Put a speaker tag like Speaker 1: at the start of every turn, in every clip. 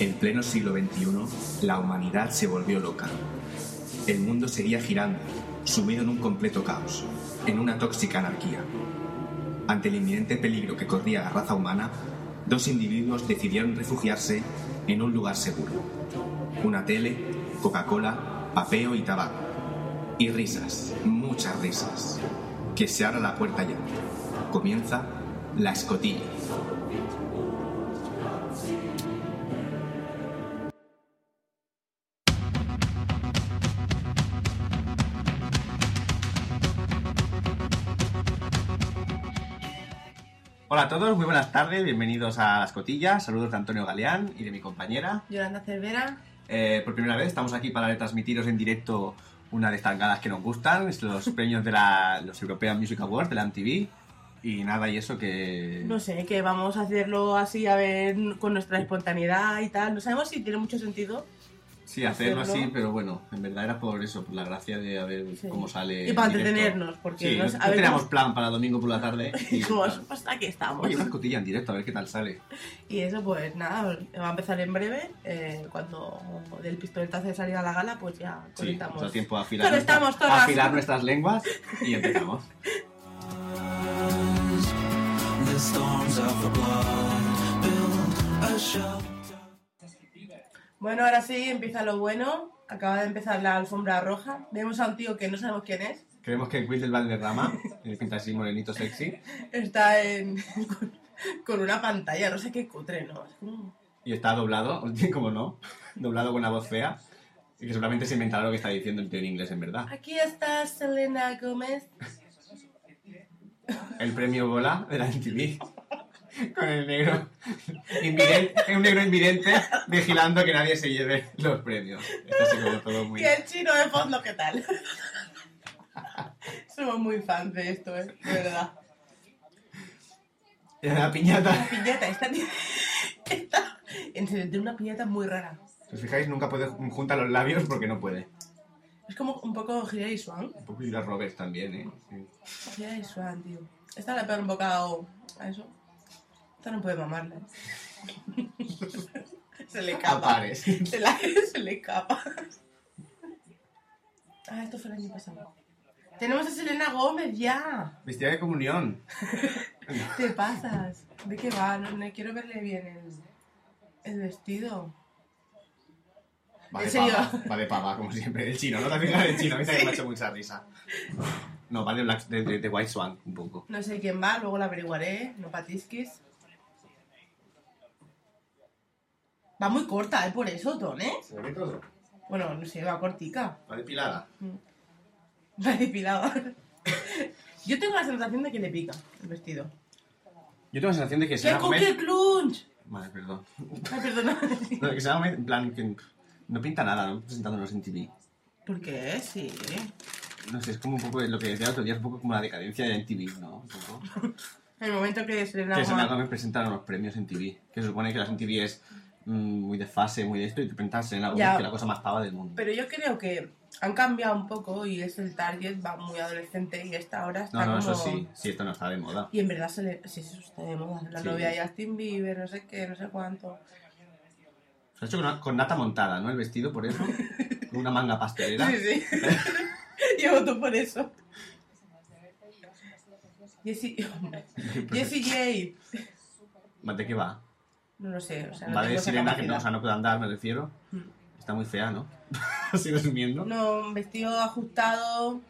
Speaker 1: En pleno siglo XXI, la humanidad se volvió loca. El mundo seguía girando, sumido en un completo caos, en una tóxica anarquía. Ante el inminente peligro que corría la raza humana, dos individuos decidieron refugiarse en un lugar seguro. Una tele, Coca-Cola, papeo y tabaco. Y risas, muchas risas. Que se abra la puerta ya. Comienza la escotilla.
Speaker 2: Hola a todos, muy buenas tardes, bienvenidos a Las Cotillas, saludos de Antonio Galeán y de mi compañera.
Speaker 3: Yolanda Cervera.
Speaker 2: Eh, por primera vez estamos aquí para transmitiros en directo una de estas galas que nos gustan, es los premios de la, los European Music Awards de la MTV. Y nada, y eso que...
Speaker 3: No sé, que vamos a hacerlo así, a ver, con nuestra espontaneidad y tal. No sabemos si tiene mucho sentido.
Speaker 2: Sí, hacerlo
Speaker 3: hacerlo.
Speaker 2: así, pero bueno, en verdad era por eso, por la gracia de a ver
Speaker 3: Sí.
Speaker 2: cómo sale.
Speaker 3: Y para
Speaker 2: en directo.
Speaker 3: entretenernos, porque
Speaker 2: Sí,
Speaker 3: no
Speaker 2: no,
Speaker 3: sé- a
Speaker 2: no
Speaker 3: ver
Speaker 2: teníamos
Speaker 3: cómo-
Speaker 2: plan para domingo por la tarde.
Speaker 3: Y
Speaker 2: y-
Speaker 3: como, pues aquí estamos.
Speaker 2: Oye, una escotilla en directo, a ver qué tal sale.
Speaker 3: Y eso, pues nada, va a empezar en breve. eh, cuando del pistoletazo de salida a la gala, pues ya
Speaker 2: Sí,
Speaker 3: conectamos.
Speaker 2: nos da tiempo a afilar,
Speaker 3: Pero
Speaker 2: nuestra-
Speaker 3: estamos todas.
Speaker 2: a afilar nuestras lenguas y empezamos.
Speaker 4: The storms of the blood build a shelter.
Speaker 3: Bueno, ahora sí empieza lo bueno. Acaba de empezar la alfombra roja. Vemos a un tío que no sabemos quién es.
Speaker 2: Creemos que Quiz del Valderrama, el pinta así morenito sexy,
Speaker 3: Está en. con, con una pantalla, no sé qué cutre, ¿no? Es como-
Speaker 2: y está doblado, como no, doblado con una voz fea, y que seguramente se inventará lo que está diciendo el tío en inglés en verdad.
Speaker 3: Aquí está Selena Gómez.
Speaker 2: El premio Bola de la MTV, con el negro, invidente, un negro invidente vigilando que nadie se lleve los premios. Esto se quedó todo muy...
Speaker 3: Que el chino de fondo, ¿qué tal? Somos muy fans de esto, ¿eh? De verdad.
Speaker 2: La piñata.
Speaker 3: Piñata, esta tía- Esta. En serio, tiene una piñata muy rara.
Speaker 2: Si os fijáis, nunca puede juntar los labios porque no puede.
Speaker 3: Es como un poco Hilary Swan.
Speaker 2: Un poco Julia Roberts también, ¿eh? Sí.
Speaker 3: Hilary Swan, tío. Esta le pega un bocado a eso. Esta no puede mamarla. ¿eh? Se le
Speaker 2: A
Speaker 3: escapa.
Speaker 2: pares.
Speaker 3: Se, la- se le escapa. Ah, esto fue el año pasado. Tenemos a Selena Gómez ya.
Speaker 2: Vestida de comunión.
Speaker 3: Te pasas. ¿De qué va? No, no quiero verle bien el, el vestido.
Speaker 2: Va
Speaker 3: ¿En
Speaker 2: de
Speaker 3: serio?
Speaker 2: pava, va de pava, como siempre. El chino, no te fijas del chino, a mí también me ha hecho mucha risa. No, va de, Black- de, de- de White Swan, un poco.
Speaker 3: No sé quién va, luego lo averiguaré. No patisquis. Va muy corta, ¿eh? Por eso, Ton, ¿eh?
Speaker 2: ¿Se ve todo?
Speaker 3: Bueno, no sé, va cortica.
Speaker 2: Va depilada.
Speaker 3: Va depilada. Yo tengo la sensación de que le pica el vestido.
Speaker 2: Yo tengo la sensación de que se
Speaker 3: ¡Qué
Speaker 2: va a
Speaker 3: cookie
Speaker 2: comer...
Speaker 3: crunch!
Speaker 2: Vale, perdón.
Speaker 3: Ay, perdona.
Speaker 2: No, que se va a comer, en plan, que no pinta nada, ¿no? Presentándonos en TV.
Speaker 3: ¿Por qué? Sí.
Speaker 2: No sé, es como un poco lo que decía el otro día, es un poco como la decadencia de MTV, ¿no? Un poco.
Speaker 3: El momento que Selena
Speaker 2: Que se
Speaker 3: Gómez...
Speaker 2: me presentan los premios en TV. Que se supone que las en TV es mm, muy de fase, muy de esto, y te presentas en la Gómez,
Speaker 3: Ya.
Speaker 2: que es la cosa más pava del mundo.
Speaker 3: Pero yo creo que han cambiado un poco y es el target, va muy adolescente y esta hora está
Speaker 2: No, no,
Speaker 3: como...
Speaker 2: eso sí, sí, esto no está de moda.
Speaker 3: Y en verdad se le... Sí, eso está de moda. La
Speaker 2: Sí.
Speaker 3: novia de Justin Bieber, no sé qué, no sé cuánto.
Speaker 2: Se ha hecho con, con nata montada, ¿no? El vestido, por eso. Con una manga pastelera.
Speaker 3: Sí, sí. yo voto por eso. Jessie... hombre.
Speaker 2: pues
Speaker 3: Jessie J.
Speaker 2: ¿De qué va?
Speaker 3: No lo sé, o sea, no
Speaker 2: Va de
Speaker 3: tengo esa
Speaker 2: sirena que no, o sea,
Speaker 3: capacidad.
Speaker 2: no puede andar, me refiero.
Speaker 3: Mm.
Speaker 2: Está muy fea, ¿no? Así resumiendo.
Speaker 3: No, un vestido ajustado,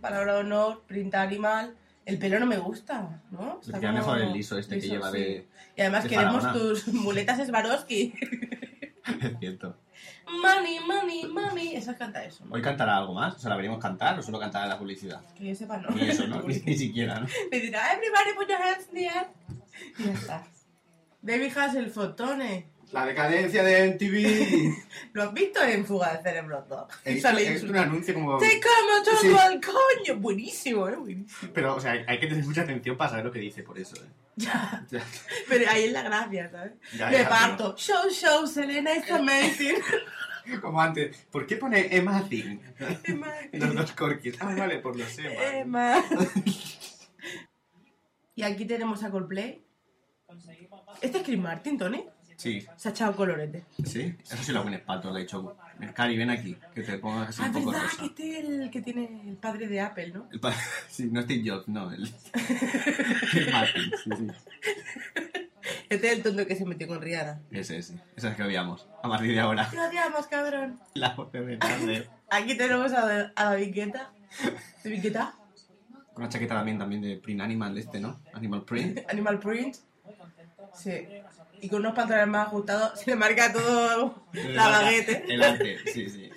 Speaker 3: palabra de honor, print animal. El pelo no me gusta, ¿no?
Speaker 2: Le queda mejor el liso este que lleva
Speaker 3: sí.
Speaker 2: de...
Speaker 3: Y además
Speaker 2: de
Speaker 3: queremos
Speaker 2: faraona.
Speaker 3: tus muletas Swarovski.
Speaker 2: Es cierto.
Speaker 3: Money, money, money. Esa canta eso, ¿no?
Speaker 2: ¿Hoy cantará algo más? ¿O sea, la venimos cantar o solo cantará la publicidad?
Speaker 3: Que yo sepa, no.
Speaker 2: Ni eso, ¿no? Ni, ni siquiera, ¿no?
Speaker 3: Me dirá, everybody put your hands in the air. Y ya está. Baby has el fotone.
Speaker 2: La decadencia de MTV.
Speaker 3: ¿Lo has visto en Fuga de Cerebros 2? Y sale insultando.
Speaker 2: anuncio como...
Speaker 3: ¡Te como todo
Speaker 2: Sí.
Speaker 3: al coño! Buenísimo, ¿eh? Buenísimo.
Speaker 2: Pero, o sea, hay que tener mucha atención para saber lo que dice por eso, ¿eh?
Speaker 3: Ya. Pero ahí es la gracia, ¿sabes?
Speaker 2: Ya,
Speaker 3: Me
Speaker 2: ya,
Speaker 3: parto. Show, show, Selena, it's amazing.
Speaker 2: Como antes, ¿por qué pone Emma Zin?
Speaker 3: Emma.
Speaker 2: dos corquis. Ah, vale, por los
Speaker 3: Emma. Y aquí tenemos a Coldplay. ¿Este es Chris Martin, Tony? Sí.
Speaker 2: Sí,
Speaker 3: Se ha echado colorete.
Speaker 2: sí. Eso sí lo hago en Espato, le he dicho. Cari, ven aquí, que te pongas así
Speaker 3: Ah,
Speaker 2: un
Speaker 3: es
Speaker 2: poco
Speaker 3: verdad,
Speaker 2: rosa.
Speaker 3: que este es el que tiene el padre de Apple, ¿no?
Speaker 2: El pa- sí, no Steve Jobs, no. El... Steve Martin, sí, sí.
Speaker 3: Este es el tonto que se metió con Rihanna.
Speaker 2: Ese, ese. Esa es que odiamos. A partir de ahora.
Speaker 3: Te odiamos, cabrón.
Speaker 2: La voz de Fernández.
Speaker 3: Aquí tenemos a, a David Guetta. David Guetta,
Speaker 2: Con una chaqueta también, también de Print Animal este, ¿no? Animal Print.
Speaker 3: Animal Print. Sí. Y con unos pantalones más ajustados se le marca todo la baguette.
Speaker 2: El arte, sí, sí.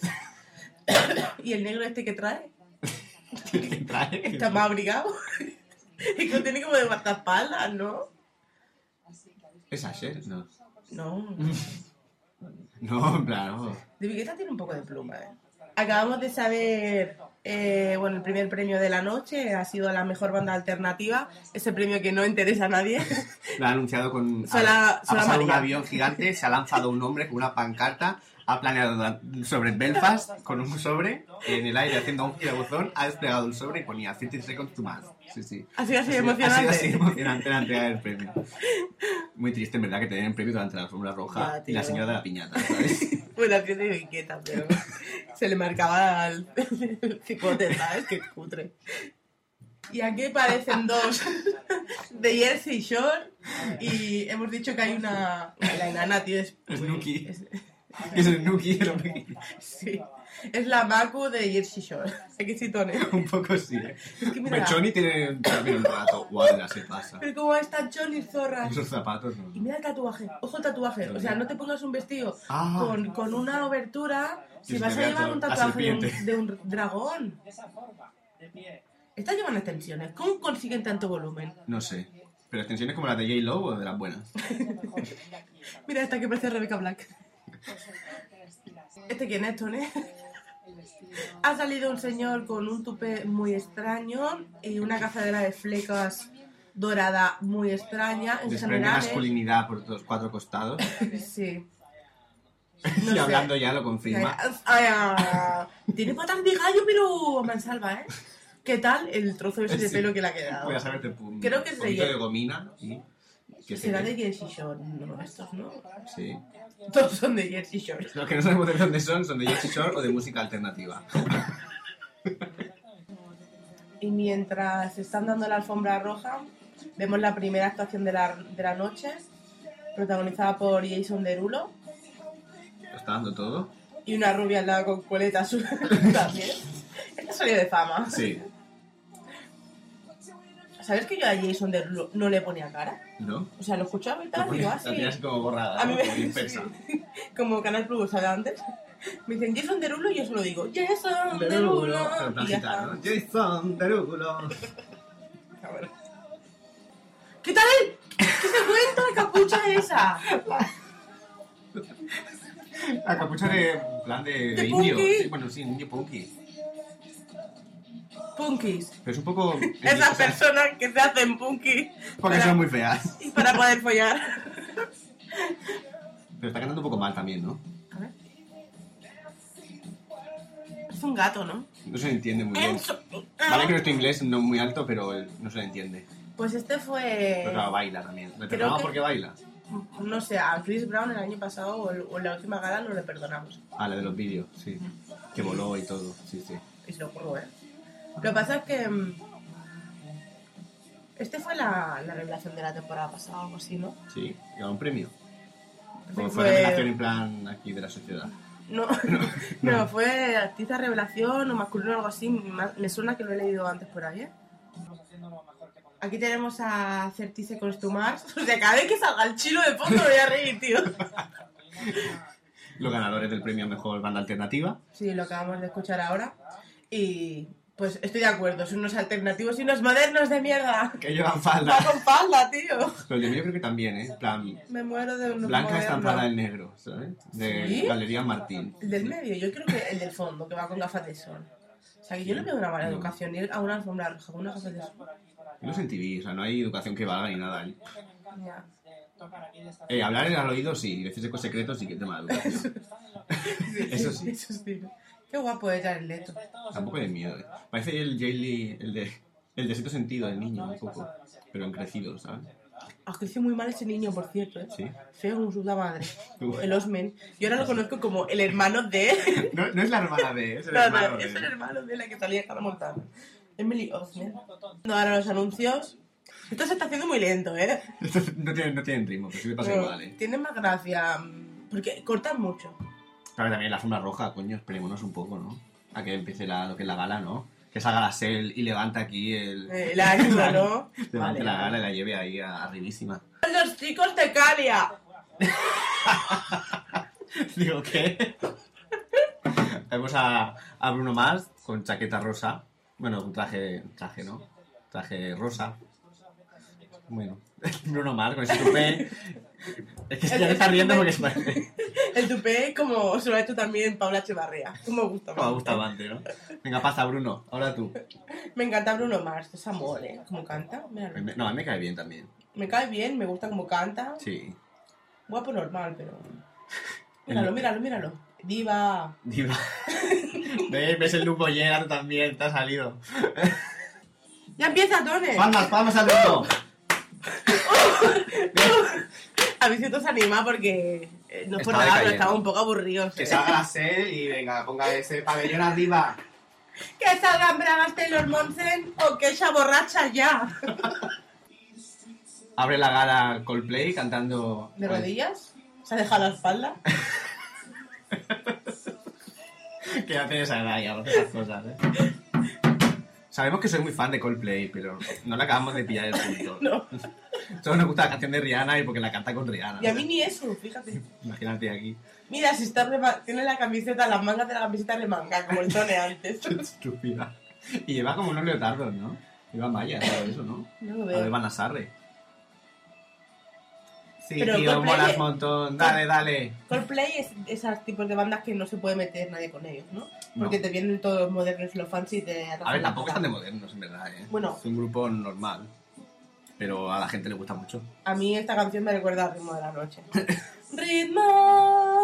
Speaker 3: Y el negro este que trae
Speaker 2: El que trae.
Speaker 3: está más abrigado. Y que tiene como de guardaespaldas, ¿no?
Speaker 2: ¿Es Asher? No.
Speaker 3: No.
Speaker 2: No, en plan, no.
Speaker 3: David Guetta tiene un poco de pluma, ¿eh? Acabamos de saber, eh, bueno, el primer premio de la noche ha sido a la mejor banda alternativa, ese premio que no interesa a nadie.
Speaker 2: La ha anunciado con. ha,
Speaker 3: Sola-
Speaker 2: ha
Speaker 3: Sola
Speaker 2: pasado un
Speaker 3: María.
Speaker 2: avión gigante, se ha lanzado un hombre con una pancarta, ha planeado da- sobre Belfast con un sobre en el aire haciendo un girabuzón, ha desplegado el sobre y ponía 50 seconds to más. Sí, sí.
Speaker 3: Ha sido así
Speaker 2: Ha sido-
Speaker 3: emocionante.
Speaker 2: Ha sido así emocionante la entrega del premio. Muy triste, en verdad, que te den el premio durante la alfombra roja
Speaker 3: Ya,
Speaker 2: y la
Speaker 3: tío.
Speaker 2: señora de la piñata, ¿sabes?
Speaker 3: Bueno, la piel de David Guetta, pero se le marcaba al el cipote, ¿sabes? Qué cutre. Y aquí aparecen dos de Jersey Shore y hemos dicho que hay una... La enana, tío, es...
Speaker 2: Snooki.
Speaker 3: Pues, es-
Speaker 2: Es el Nuki, el hombre que-
Speaker 3: sí. Es la Maku de Jersey Shore. Aquí sí, Tone.
Speaker 2: Un poco sí. ¿eh?
Speaker 3: Es que mira,
Speaker 2: Mechoni tiene también un rato. Guarda, se pasa.
Speaker 3: pero como están Johnny Zorras.
Speaker 2: Esos zapatos no.
Speaker 3: Y mira el tatuaje, ojo el tatuaje. O sea, no te pongas un vestido
Speaker 2: Ah.
Speaker 3: con, con una obertura si
Speaker 2: se
Speaker 3: vas
Speaker 2: te
Speaker 3: a
Speaker 2: vea
Speaker 3: llevar
Speaker 2: todo,
Speaker 3: un
Speaker 2: la
Speaker 3: tatuaje de un,
Speaker 2: serpiente.
Speaker 3: de un dragón. Estas llevan extensiones. ¿Cómo consiguen tanto volumen?
Speaker 2: No sé. Pero extensiones como las de J-Lo o de las buenas.
Speaker 3: Mira esta que parece Rebecca Black. ¿Este quién es, Tony? Ha salido un señor con un tupé muy extraño y una cazadera de flecas dorada muy extraña. En
Speaker 2: Desprende
Speaker 3: general, ¿eh?
Speaker 2: masculinidad por los cuatro costados.
Speaker 3: sí. No
Speaker 2: Y
Speaker 3: sé.
Speaker 2: hablando ya lo confirma.
Speaker 3: Ay, ay, ay. Tiene patas de gallo, pero mansalva, ¿eh? ¿Qué tal el trozo ese de
Speaker 2: Sí.
Speaker 3: pelo que le ha quedado?
Speaker 2: Voy a saberte un
Speaker 3: Creo que es de
Speaker 2: poquito
Speaker 3: J-
Speaker 2: de gomina. Sí. Que sí,
Speaker 3: Será
Speaker 2: que-
Speaker 3: de Jersey Shore, no, estos no.
Speaker 2: Sí.
Speaker 3: Todos son de Jersey Shore.
Speaker 2: Los que no sabemos de dónde son son de Jersey Shore o de música alternativa.
Speaker 3: Y mientras están dando la alfombra roja, vemos la primera actuación de la, de la noche, protagonizada por Jason Derulo
Speaker 2: Lo está dando todo.
Speaker 3: y una rubia al lado con coleta azul también. Esta salió de fama.
Speaker 2: Sí.
Speaker 3: ¿Sabes que yo a Jason Derulo no le ponía cara?
Speaker 2: ¿No?
Speaker 3: O sea, lo escuchaba y
Speaker 2: La
Speaker 3: tal, digo,
Speaker 2: ponía-
Speaker 3: ah,
Speaker 2: la
Speaker 3: sí.
Speaker 2: tenía así como borrada.
Speaker 3: A mí
Speaker 2: ¿no?
Speaker 3: me
Speaker 2: Como dispersa.
Speaker 3: sí. Como Canal Plus había antes. Me dicen Jason Derulo y yo solo digo Jason Derulo.
Speaker 2: Pero en plan
Speaker 3: Y ya
Speaker 2: gitano.
Speaker 3: está.
Speaker 2: Jason Derulo.
Speaker 3: Cabrón. ¿Qué tal él? ¿Qué se cuenta la capucha esa?
Speaker 2: La capucha de en plan de, de
Speaker 3: De
Speaker 2: indio.
Speaker 3: punky.
Speaker 2: Sí, bueno, sí, indio punky.
Speaker 3: Punkis.
Speaker 2: Pero es un poco.
Speaker 3: Esas
Speaker 2: o sea,
Speaker 3: personas que se hacen punky
Speaker 2: Porque
Speaker 3: para-
Speaker 2: son muy feas.
Speaker 3: y para poder follar.
Speaker 2: Pero está cantando un poco mal también, ¿no?
Speaker 3: A ver. Es un gato, ¿no?
Speaker 2: No se le entiende muy bien. Vale que nuestro inglés no es muy alto, pero él no se le entiende.
Speaker 3: Pues este fue.
Speaker 2: Pero claro, baila también. ¿Le
Speaker 3: creo
Speaker 2: perdonamos
Speaker 3: que-
Speaker 2: porque baila?
Speaker 3: No sé, a Chris Brown el año pasado o el- o en la última gala no le perdonamos.
Speaker 2: Ah, la de los vídeos, sí. Que voló y todo, sí, sí.
Speaker 3: Y se lo ocurrió, ¿eh? Lo que pasa es que. mm, Este fue la, la revelación de la temporada pasada, algo así, ¿no?
Speaker 2: Sí, y ganó un premio. Como
Speaker 3: Sí,
Speaker 2: fue revelación en plan aquí de la sociedad.
Speaker 3: no, no, fue artista revelación o masculino, algo así. ma- Me suena que lo he leído antes por ahí, ¿eh? Aquí tenemos a Certice Costumar. O sea, cada vez que salga el chilo de fondo me voy a reír, tío.
Speaker 2: Los ganadores del premio Mejor Banda Alternativa.
Speaker 3: Sí, lo acabamos de escuchar ahora. Y pues estoy de acuerdo, son unos alternativos y unos modernos de mierda.
Speaker 2: Que llevan
Speaker 3: Va
Speaker 2: falda.
Speaker 3: con falda, tío.
Speaker 2: Pero yo creo que también, ¿eh? En plan,
Speaker 3: Me muero de un
Speaker 2: Blanca estampada
Speaker 3: el...
Speaker 2: en negro, ¿sabes? De
Speaker 3: ¿Sí?
Speaker 2: Galería Martín.
Speaker 3: del medio, yo creo que el del fondo, que va con gafas de sol. O sea, que yo le veo una mala
Speaker 2: No.
Speaker 3: educación ir a una alfombra roja con unas gafas de sol.
Speaker 2: No es en TV, o sea, no hay educación que valga ni nada.
Speaker 3: Ya.
Speaker 2: Eh, hablar en el oído sí, y decirse cosas secretos sí que es tema de educación. Eso sí.
Speaker 3: Eso sí. Qué guapo es el Leto.
Speaker 2: Tampoco de miedo, eh. Parece el Jaylee, el de, el de sexto sentido del niño, un poco. Pero en crecido, ¿sabes?
Speaker 3: Ha crecido muy mal ese niño, por cierto. ¿eh?
Speaker 2: Sí.
Speaker 3: Feo como su puta madre.
Speaker 2: Uf.
Speaker 3: El Osmen. Yo ahora lo conozco como el hermano de.
Speaker 2: No, no es la hermana de, es el
Speaker 3: No, no,
Speaker 2: hermano
Speaker 3: es el
Speaker 2: de.
Speaker 3: hermano de la que salía cada montada. Emily Osment. No, ahora los anuncios. Esto se está haciendo muy lento, ¿eh?
Speaker 2: No tienen, no tienen ritmo, pero sí me pasa
Speaker 3: Pero
Speaker 2: igual, eh.
Speaker 3: Tiene más gracia. mm, Porque cortan mucho.
Speaker 2: Claro, también la funda roja, coño, esperémonos un poco, ¿no? A que empiece la, lo que es la gala, ¿no? Que salga la sel y levanta aquí el...
Speaker 3: Eh, la ayuda, ¿no?
Speaker 2: Levante
Speaker 3: Vale,
Speaker 2: la
Speaker 3: vale.
Speaker 2: gala y la lleve ahí a- arribísima.
Speaker 3: Los chicos de Calia.
Speaker 2: Digo, ¿qué? Vemos a, a Bruno Mars con chaqueta rosa. Bueno, un traje, traje, ¿no? Traje rosa. Bueno, Bruno Mars con ese tupé. Es que ya me está riendo porque se parece.
Speaker 3: El tupé, como se lo ha hecho también Paula Echevarría. Como me gusta.
Speaker 2: Como ha gustado antes, ¿no? Venga, pasa, Bruno. Ahora tú.
Speaker 3: Me encanta Bruno Mars. Es amor, ¿eh? Como canta. Mira,
Speaker 2: Me- No, a mí me cae bien también.
Speaker 3: me cae bien, me gusta como canta.
Speaker 2: Sí.
Speaker 3: Guapo normal, pero... Míralo, míralo, míralo. Diva.
Speaker 2: Diva. ¿Ves? ¿Ves el lupo llegando también? Te ha salido.
Speaker 3: ¡Ya empieza, Tones!
Speaker 2: Palmas, palmas al Bruno.
Speaker 3: Habéis visto se anima porque... eh, no es por
Speaker 2: Estaba
Speaker 3: nada, pero
Speaker 2: decayendo.
Speaker 3: estaba un poco aburrido.
Speaker 2: Que
Speaker 3: salgan
Speaker 2: salga la sel y venga, ponga ese pabellón arriba.
Speaker 3: que salgan Bragas Taylor Monsen o que ella borracha ya.
Speaker 2: Abre la gala Coldplay cantando. pues,
Speaker 3: ¿De rodillas? ¿Se ha dejado la espalda?
Speaker 2: que ya tienes a Naya, no esas cosas, ¿eh? Sabemos que soy muy fan de Coldplay, pero no le acabamos de pillar el punto.
Speaker 3: No.
Speaker 2: Solo nos gusta la canción de Rihanna y porque la canta con Rihanna.
Speaker 3: Y a mí ni eso, fíjate.
Speaker 2: Imagínate aquí.
Speaker 3: Mira, si está rema- tiene la camiseta, las mangas de la camiseta de manga, como el Tone antes.
Speaker 2: Estúpida. Y lleva como unos leotardos, ¿no? Lleva mallas, todo eso, ¿no?
Speaker 3: No lo
Speaker 2: A ver,
Speaker 3: veo.
Speaker 2: Van a Sarre. Sí,
Speaker 3: Pero
Speaker 2: tío,
Speaker 3: Coldplay-
Speaker 2: molas montón. Dale, dale.
Speaker 3: Coldplay es esos tipos de bandas que no se puede meter nadie con ellos, ¿no?
Speaker 2: No.
Speaker 3: Porque te vienen todos los modernos y los fancy y te
Speaker 2: A ver, tampoco están
Speaker 3: arrasan
Speaker 2: de
Speaker 3: la
Speaker 2: modernos, en verdad, ¿eh?
Speaker 3: Bueno.
Speaker 2: Es un grupo normal. Pero a la gente le gusta mucho.
Speaker 3: cara. A mí esta canción me recuerda al ritmo de la noche. ritmo,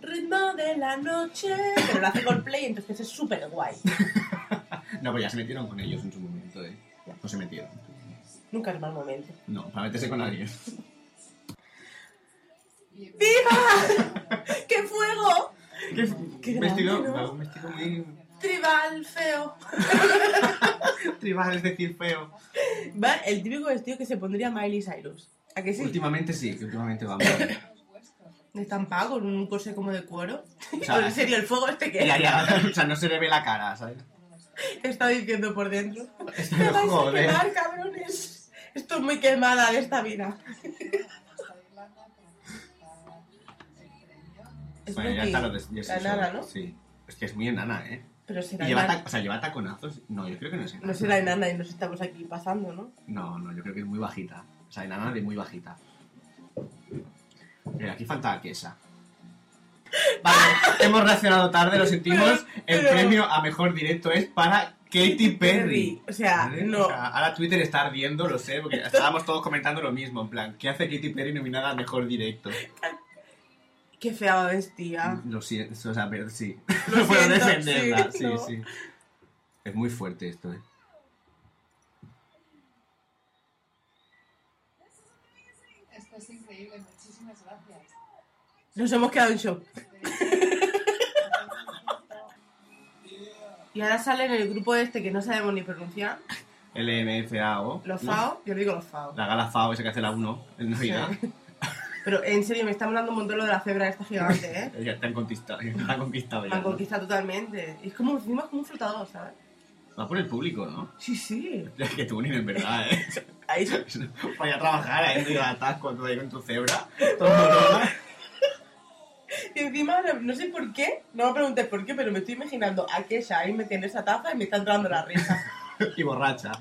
Speaker 3: ritmo de la noche. Pero lo hace Coldplay, entonces es súper guay.
Speaker 2: No, pues ya se metieron con ellos en su momento, ¿eh? No se metieron.
Speaker 3: Nunca es mal momento.
Speaker 2: No, para meterse con alguien.
Speaker 3: ¡Viva! ¡Qué fuego! Qué
Speaker 2: ¿Qué
Speaker 3: grande,
Speaker 2: vestido?
Speaker 3: ¿no?
Speaker 2: Un vestido muy
Speaker 3: Tribal feo.
Speaker 2: tribal, es decir, feo.
Speaker 3: Va, el típico vestido que se pondría Miley Cyrus. ¿A que sí?
Speaker 2: Últimamente sí, que últimamente va muy bien.
Speaker 3: Estampado con un corsé como de cuero.
Speaker 2: O sea,
Speaker 3: en serio, el fuego este que
Speaker 2: Ya, ya, o sea, no se le ve la cara, ¿sabes?
Speaker 3: Te está diciendo por dentro.
Speaker 2: Esto
Speaker 3: Me vais a
Speaker 2: joder.
Speaker 3: quemar, cabrones. Estoy muy quemada de esta vida. Es
Speaker 2: Bueno, ya
Speaker 3: Brooklyn,
Speaker 2: está lo de Jessie
Speaker 3: la
Speaker 2: Shore.
Speaker 3: nana, ¿no?
Speaker 2: Sí. Es que es muy enana, ¿eh?
Speaker 3: Pero
Speaker 2: Y
Speaker 3: será
Speaker 2: lleva
Speaker 3: enana.
Speaker 2: ta- o sea, lleva taconazos. No, yo creo que no es enana.
Speaker 3: No será enana y nos estamos aquí pasando, ¿no?
Speaker 2: No, no, yo creo que es muy bajita. O sea, enana de muy bajita. Mira, aquí falta queso. Vale, hemos reaccionado tarde, lo sentimos. El
Speaker 3: Pero-
Speaker 2: premio a mejor directo es para Katy Perry.
Speaker 3: O sea,
Speaker 2: ¿Vale? O
Speaker 3: no.
Speaker 2: sea, ahora Twitter está ardiendo, lo sé, porque estábamos todos comentando lo mismo. En plan, ¿qué hace Katy Perry nominada a mejor directo?
Speaker 3: Qué fea va vestida.
Speaker 2: Lo siento, o sea, pero sí.
Speaker 3: Ah. Lo
Speaker 2: No puedo
Speaker 3: siento,
Speaker 2: defenderla,
Speaker 3: sí,
Speaker 2: sí,
Speaker 3: no.
Speaker 2: sí. Es muy fuerte esto, eh.
Speaker 5: Esto es increíble, muchísimas gracias.
Speaker 3: Nos hemos quedado en shock. y ahora sale en el grupo este que no sabemos ni pronunciar.
Speaker 2: LMFAO.
Speaker 3: Los
Speaker 2: ¿no?
Speaker 3: FAO. Yo digo los FAO.
Speaker 2: La gala FAO esa que hace la 1 en Navidad.
Speaker 3: Pero en serio, me está hablando un montón lo de la cebra esta gigante, ¿eh?
Speaker 2: Es que te han conquistado, te han conquistado
Speaker 3: Me
Speaker 2: ya.
Speaker 3: han
Speaker 2: ¿no?
Speaker 3: conquistado totalmente. Es como encima es como un flotador, ¿sabes?
Speaker 2: Va por el público, ¿no?
Speaker 3: Sí, sí.
Speaker 2: Es que tú ni en verdad, ¿eh?
Speaker 3: Ahí
Speaker 2: Vaya a trabajar ahí en el atasco, tú ahí con tu cebra. Todo morona.
Speaker 3: Y encima, no- no sé por qué, no me preguntes por qué, pero me estoy imaginando a Kesha ahí metiendo esa taza y me está entrando la risa.
Speaker 2: y borracha.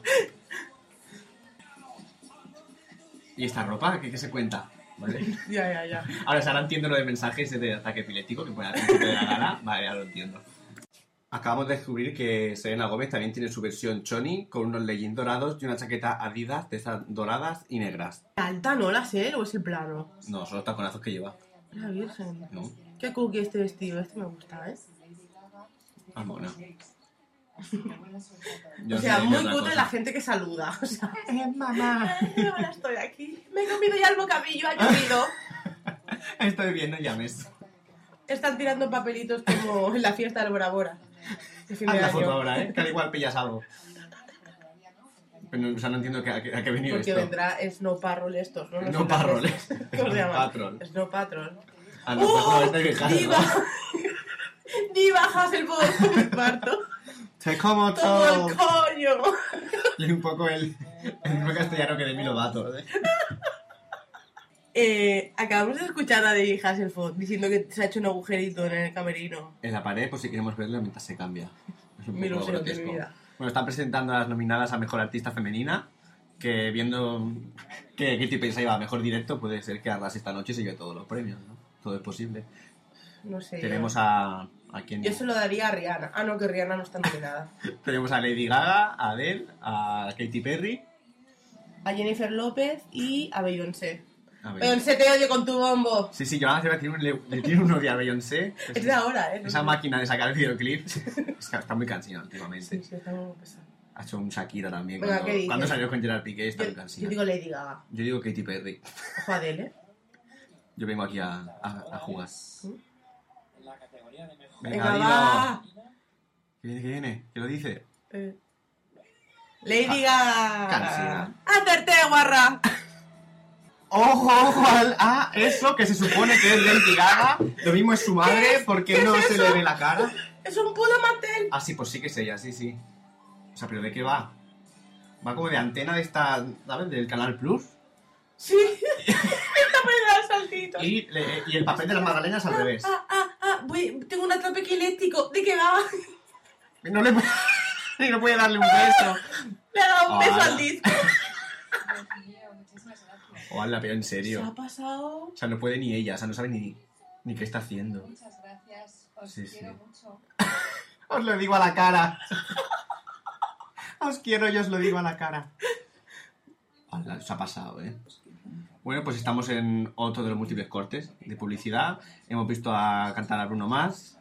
Speaker 2: ¿Y esta ropa? ¿Qué, qué se cuenta? ¿Vale?
Speaker 3: ya, ya, ya.
Speaker 2: Ahora, o sea, ahora entiendo lo de mensajes de ataque epiléptico que pone al principio de la gala. Vale, ya lo entiendo. Acabamos de descubrir que Serena Gómez también tiene su versión choni con unos leggings dorados y una chaqueta Adidas de esas doradas y negras.
Speaker 3: Alta no la sé, o es el plano.
Speaker 2: No, son los taconazos que lleva.
Speaker 3: La virgen.
Speaker 2: No,
Speaker 3: Qué cookie este vestido, este me gusta, ¿eh?
Speaker 2: ah, mona.
Speaker 5: Así que buena suerte a todos.
Speaker 2: Yo
Speaker 3: o
Speaker 2: os
Speaker 3: sea,
Speaker 2: diré
Speaker 3: muy
Speaker 2: otra
Speaker 3: cutre
Speaker 2: cosa.
Speaker 3: la gente que saluda. O sea,
Speaker 2: Eh, mamá.
Speaker 3: "Ay, ahora estoy aquí. Me he comido ya el bocadillo, ha llovido.
Speaker 2: Estoy bien, no llames.
Speaker 3: Están tirando papelitos como en la fiesta del Bora Bora. de fin de
Speaker 2: Haz la
Speaker 3: año.
Speaker 2: foto ahora, ¿eh? Que al igual pillas algo.
Speaker 5: Todavía no, porque hay-
Speaker 2: Pero, o sea, no entiendo que- a qué, a qué ha venido
Speaker 3: Porque
Speaker 2: esto.
Speaker 3: vendrá Snow Patrol estos, ¿no? Los
Speaker 2: No parrol, ¿eh?
Speaker 3: ingleses. ¿Cómo se llama?
Speaker 2: Patrol.
Speaker 3: Snow Patrol.
Speaker 2: Ah, no, pues no,
Speaker 3: ¡Oh!
Speaker 2: estáis viejas, ¿no?
Speaker 3: ¡Diva! ¡Diva Hasselhoff! Me parto.
Speaker 2: Te como todo.
Speaker 3: ¡Todo el coño!
Speaker 2: Y un poco el, el mismo castellano que de mi lobato. ¿eh?
Speaker 3: Eh, acabamos de escuchar a David Hasselhoff diciendo que se ha hecho un agujerito en el camerino.
Speaker 2: En la pared, por si queremos verla mientras se cambia. Es un
Speaker 3: Mi
Speaker 2: poco
Speaker 3: ilusión de
Speaker 2: grotesco.
Speaker 3: mi vida.
Speaker 2: Bueno, están presentando a las nominadas a Mejor Artista Femenina, que viendo que Kitty Payne se lleva a Mejor Directo, puede ser que arrase esta noche y se lleve todos los premios, ¿no? Todo es posible.
Speaker 3: No sé.
Speaker 2: Tenemos a... ¿A quién?
Speaker 3: Yo se lo daría a Rihanna. Ah, no, que Rihanna no está nominada.
Speaker 2: Tenemos a Lady Gaga, a Adele, a Katy Perry...
Speaker 3: A Jennifer López y a Beyoncé.
Speaker 2: A ver.
Speaker 3: Beyoncé, te oye con tu bombo.
Speaker 2: Sí, sí, Joana Cerda tiene un, le, le tiene un odio a Beyoncé.
Speaker 3: Es de ahora, ¿eh?
Speaker 2: Esa máquina de sacar videoclips está, está muy cansina últimamente.
Speaker 3: Sí, sí, está muy pesado.
Speaker 2: Ha hecho un Shakira también.
Speaker 3: Venga, ¿qué
Speaker 2: cuando,
Speaker 3: dices?
Speaker 2: cuando salió con Gerard Piqué está
Speaker 3: Yo,
Speaker 2: muy
Speaker 3: yo
Speaker 2: cansina.
Speaker 3: digo Lady Gaga.
Speaker 2: Yo digo Katy Perry.
Speaker 3: Ojo a Adele, ¿eh?
Speaker 2: Yo vengo aquí a, a, a jugar.
Speaker 3: Venga,
Speaker 2: Dido.
Speaker 3: va.
Speaker 2: ¿Qué viene? ¿Qué viene? ¿Qué lo dice?
Speaker 3: Eh. Lady
Speaker 2: Ah,
Speaker 3: Gaga.
Speaker 2: Canción.
Speaker 3: ¡Acerté, guarra!
Speaker 2: ¡Ojo, ojo! Al, ah, eso que se supone que es Lady Gaga. Lo mismo es su madre porque
Speaker 3: ¿Qué
Speaker 2: no
Speaker 3: es
Speaker 2: se
Speaker 3: eso?
Speaker 2: le ve la cara.
Speaker 3: ¡Es un puto mantel!
Speaker 2: Ah, sí, pues sí que es ella, sí, sí. O sea, ¿pero de qué va? Va como de antena de esta, ¿sabes? Del Canal Plus.
Speaker 3: Sí. Me está poniendo los saltitos.
Speaker 2: Y, le- y el papel de las magdalenas al revés.
Speaker 3: Ah, ah, ah, voy- tengo un atrape epiléptico. ¿De qué va?
Speaker 2: No le puede, no puede darle un beso.
Speaker 3: Le ha dado un beso
Speaker 2: Ala.
Speaker 3: al disco.
Speaker 5: Dios mío, muchísimas gracias.
Speaker 2: O la pero en
Speaker 3: Se ha
Speaker 2: serio.
Speaker 3: pasado.
Speaker 2: O sea, no puede ni ella, o sea, no sabe ni, ni qué está haciendo.
Speaker 5: Muchas gracias. Os
Speaker 2: Sí,
Speaker 5: quiero
Speaker 2: sí.
Speaker 5: mucho.
Speaker 2: Os lo digo a la cara. Os quiero y os lo digo a la cara. Hola, se ha pasado, ¿eh? Bueno, pues estamos en otro de los múltiples cortes de publicidad. Hemos visto a cantar a Bruno más.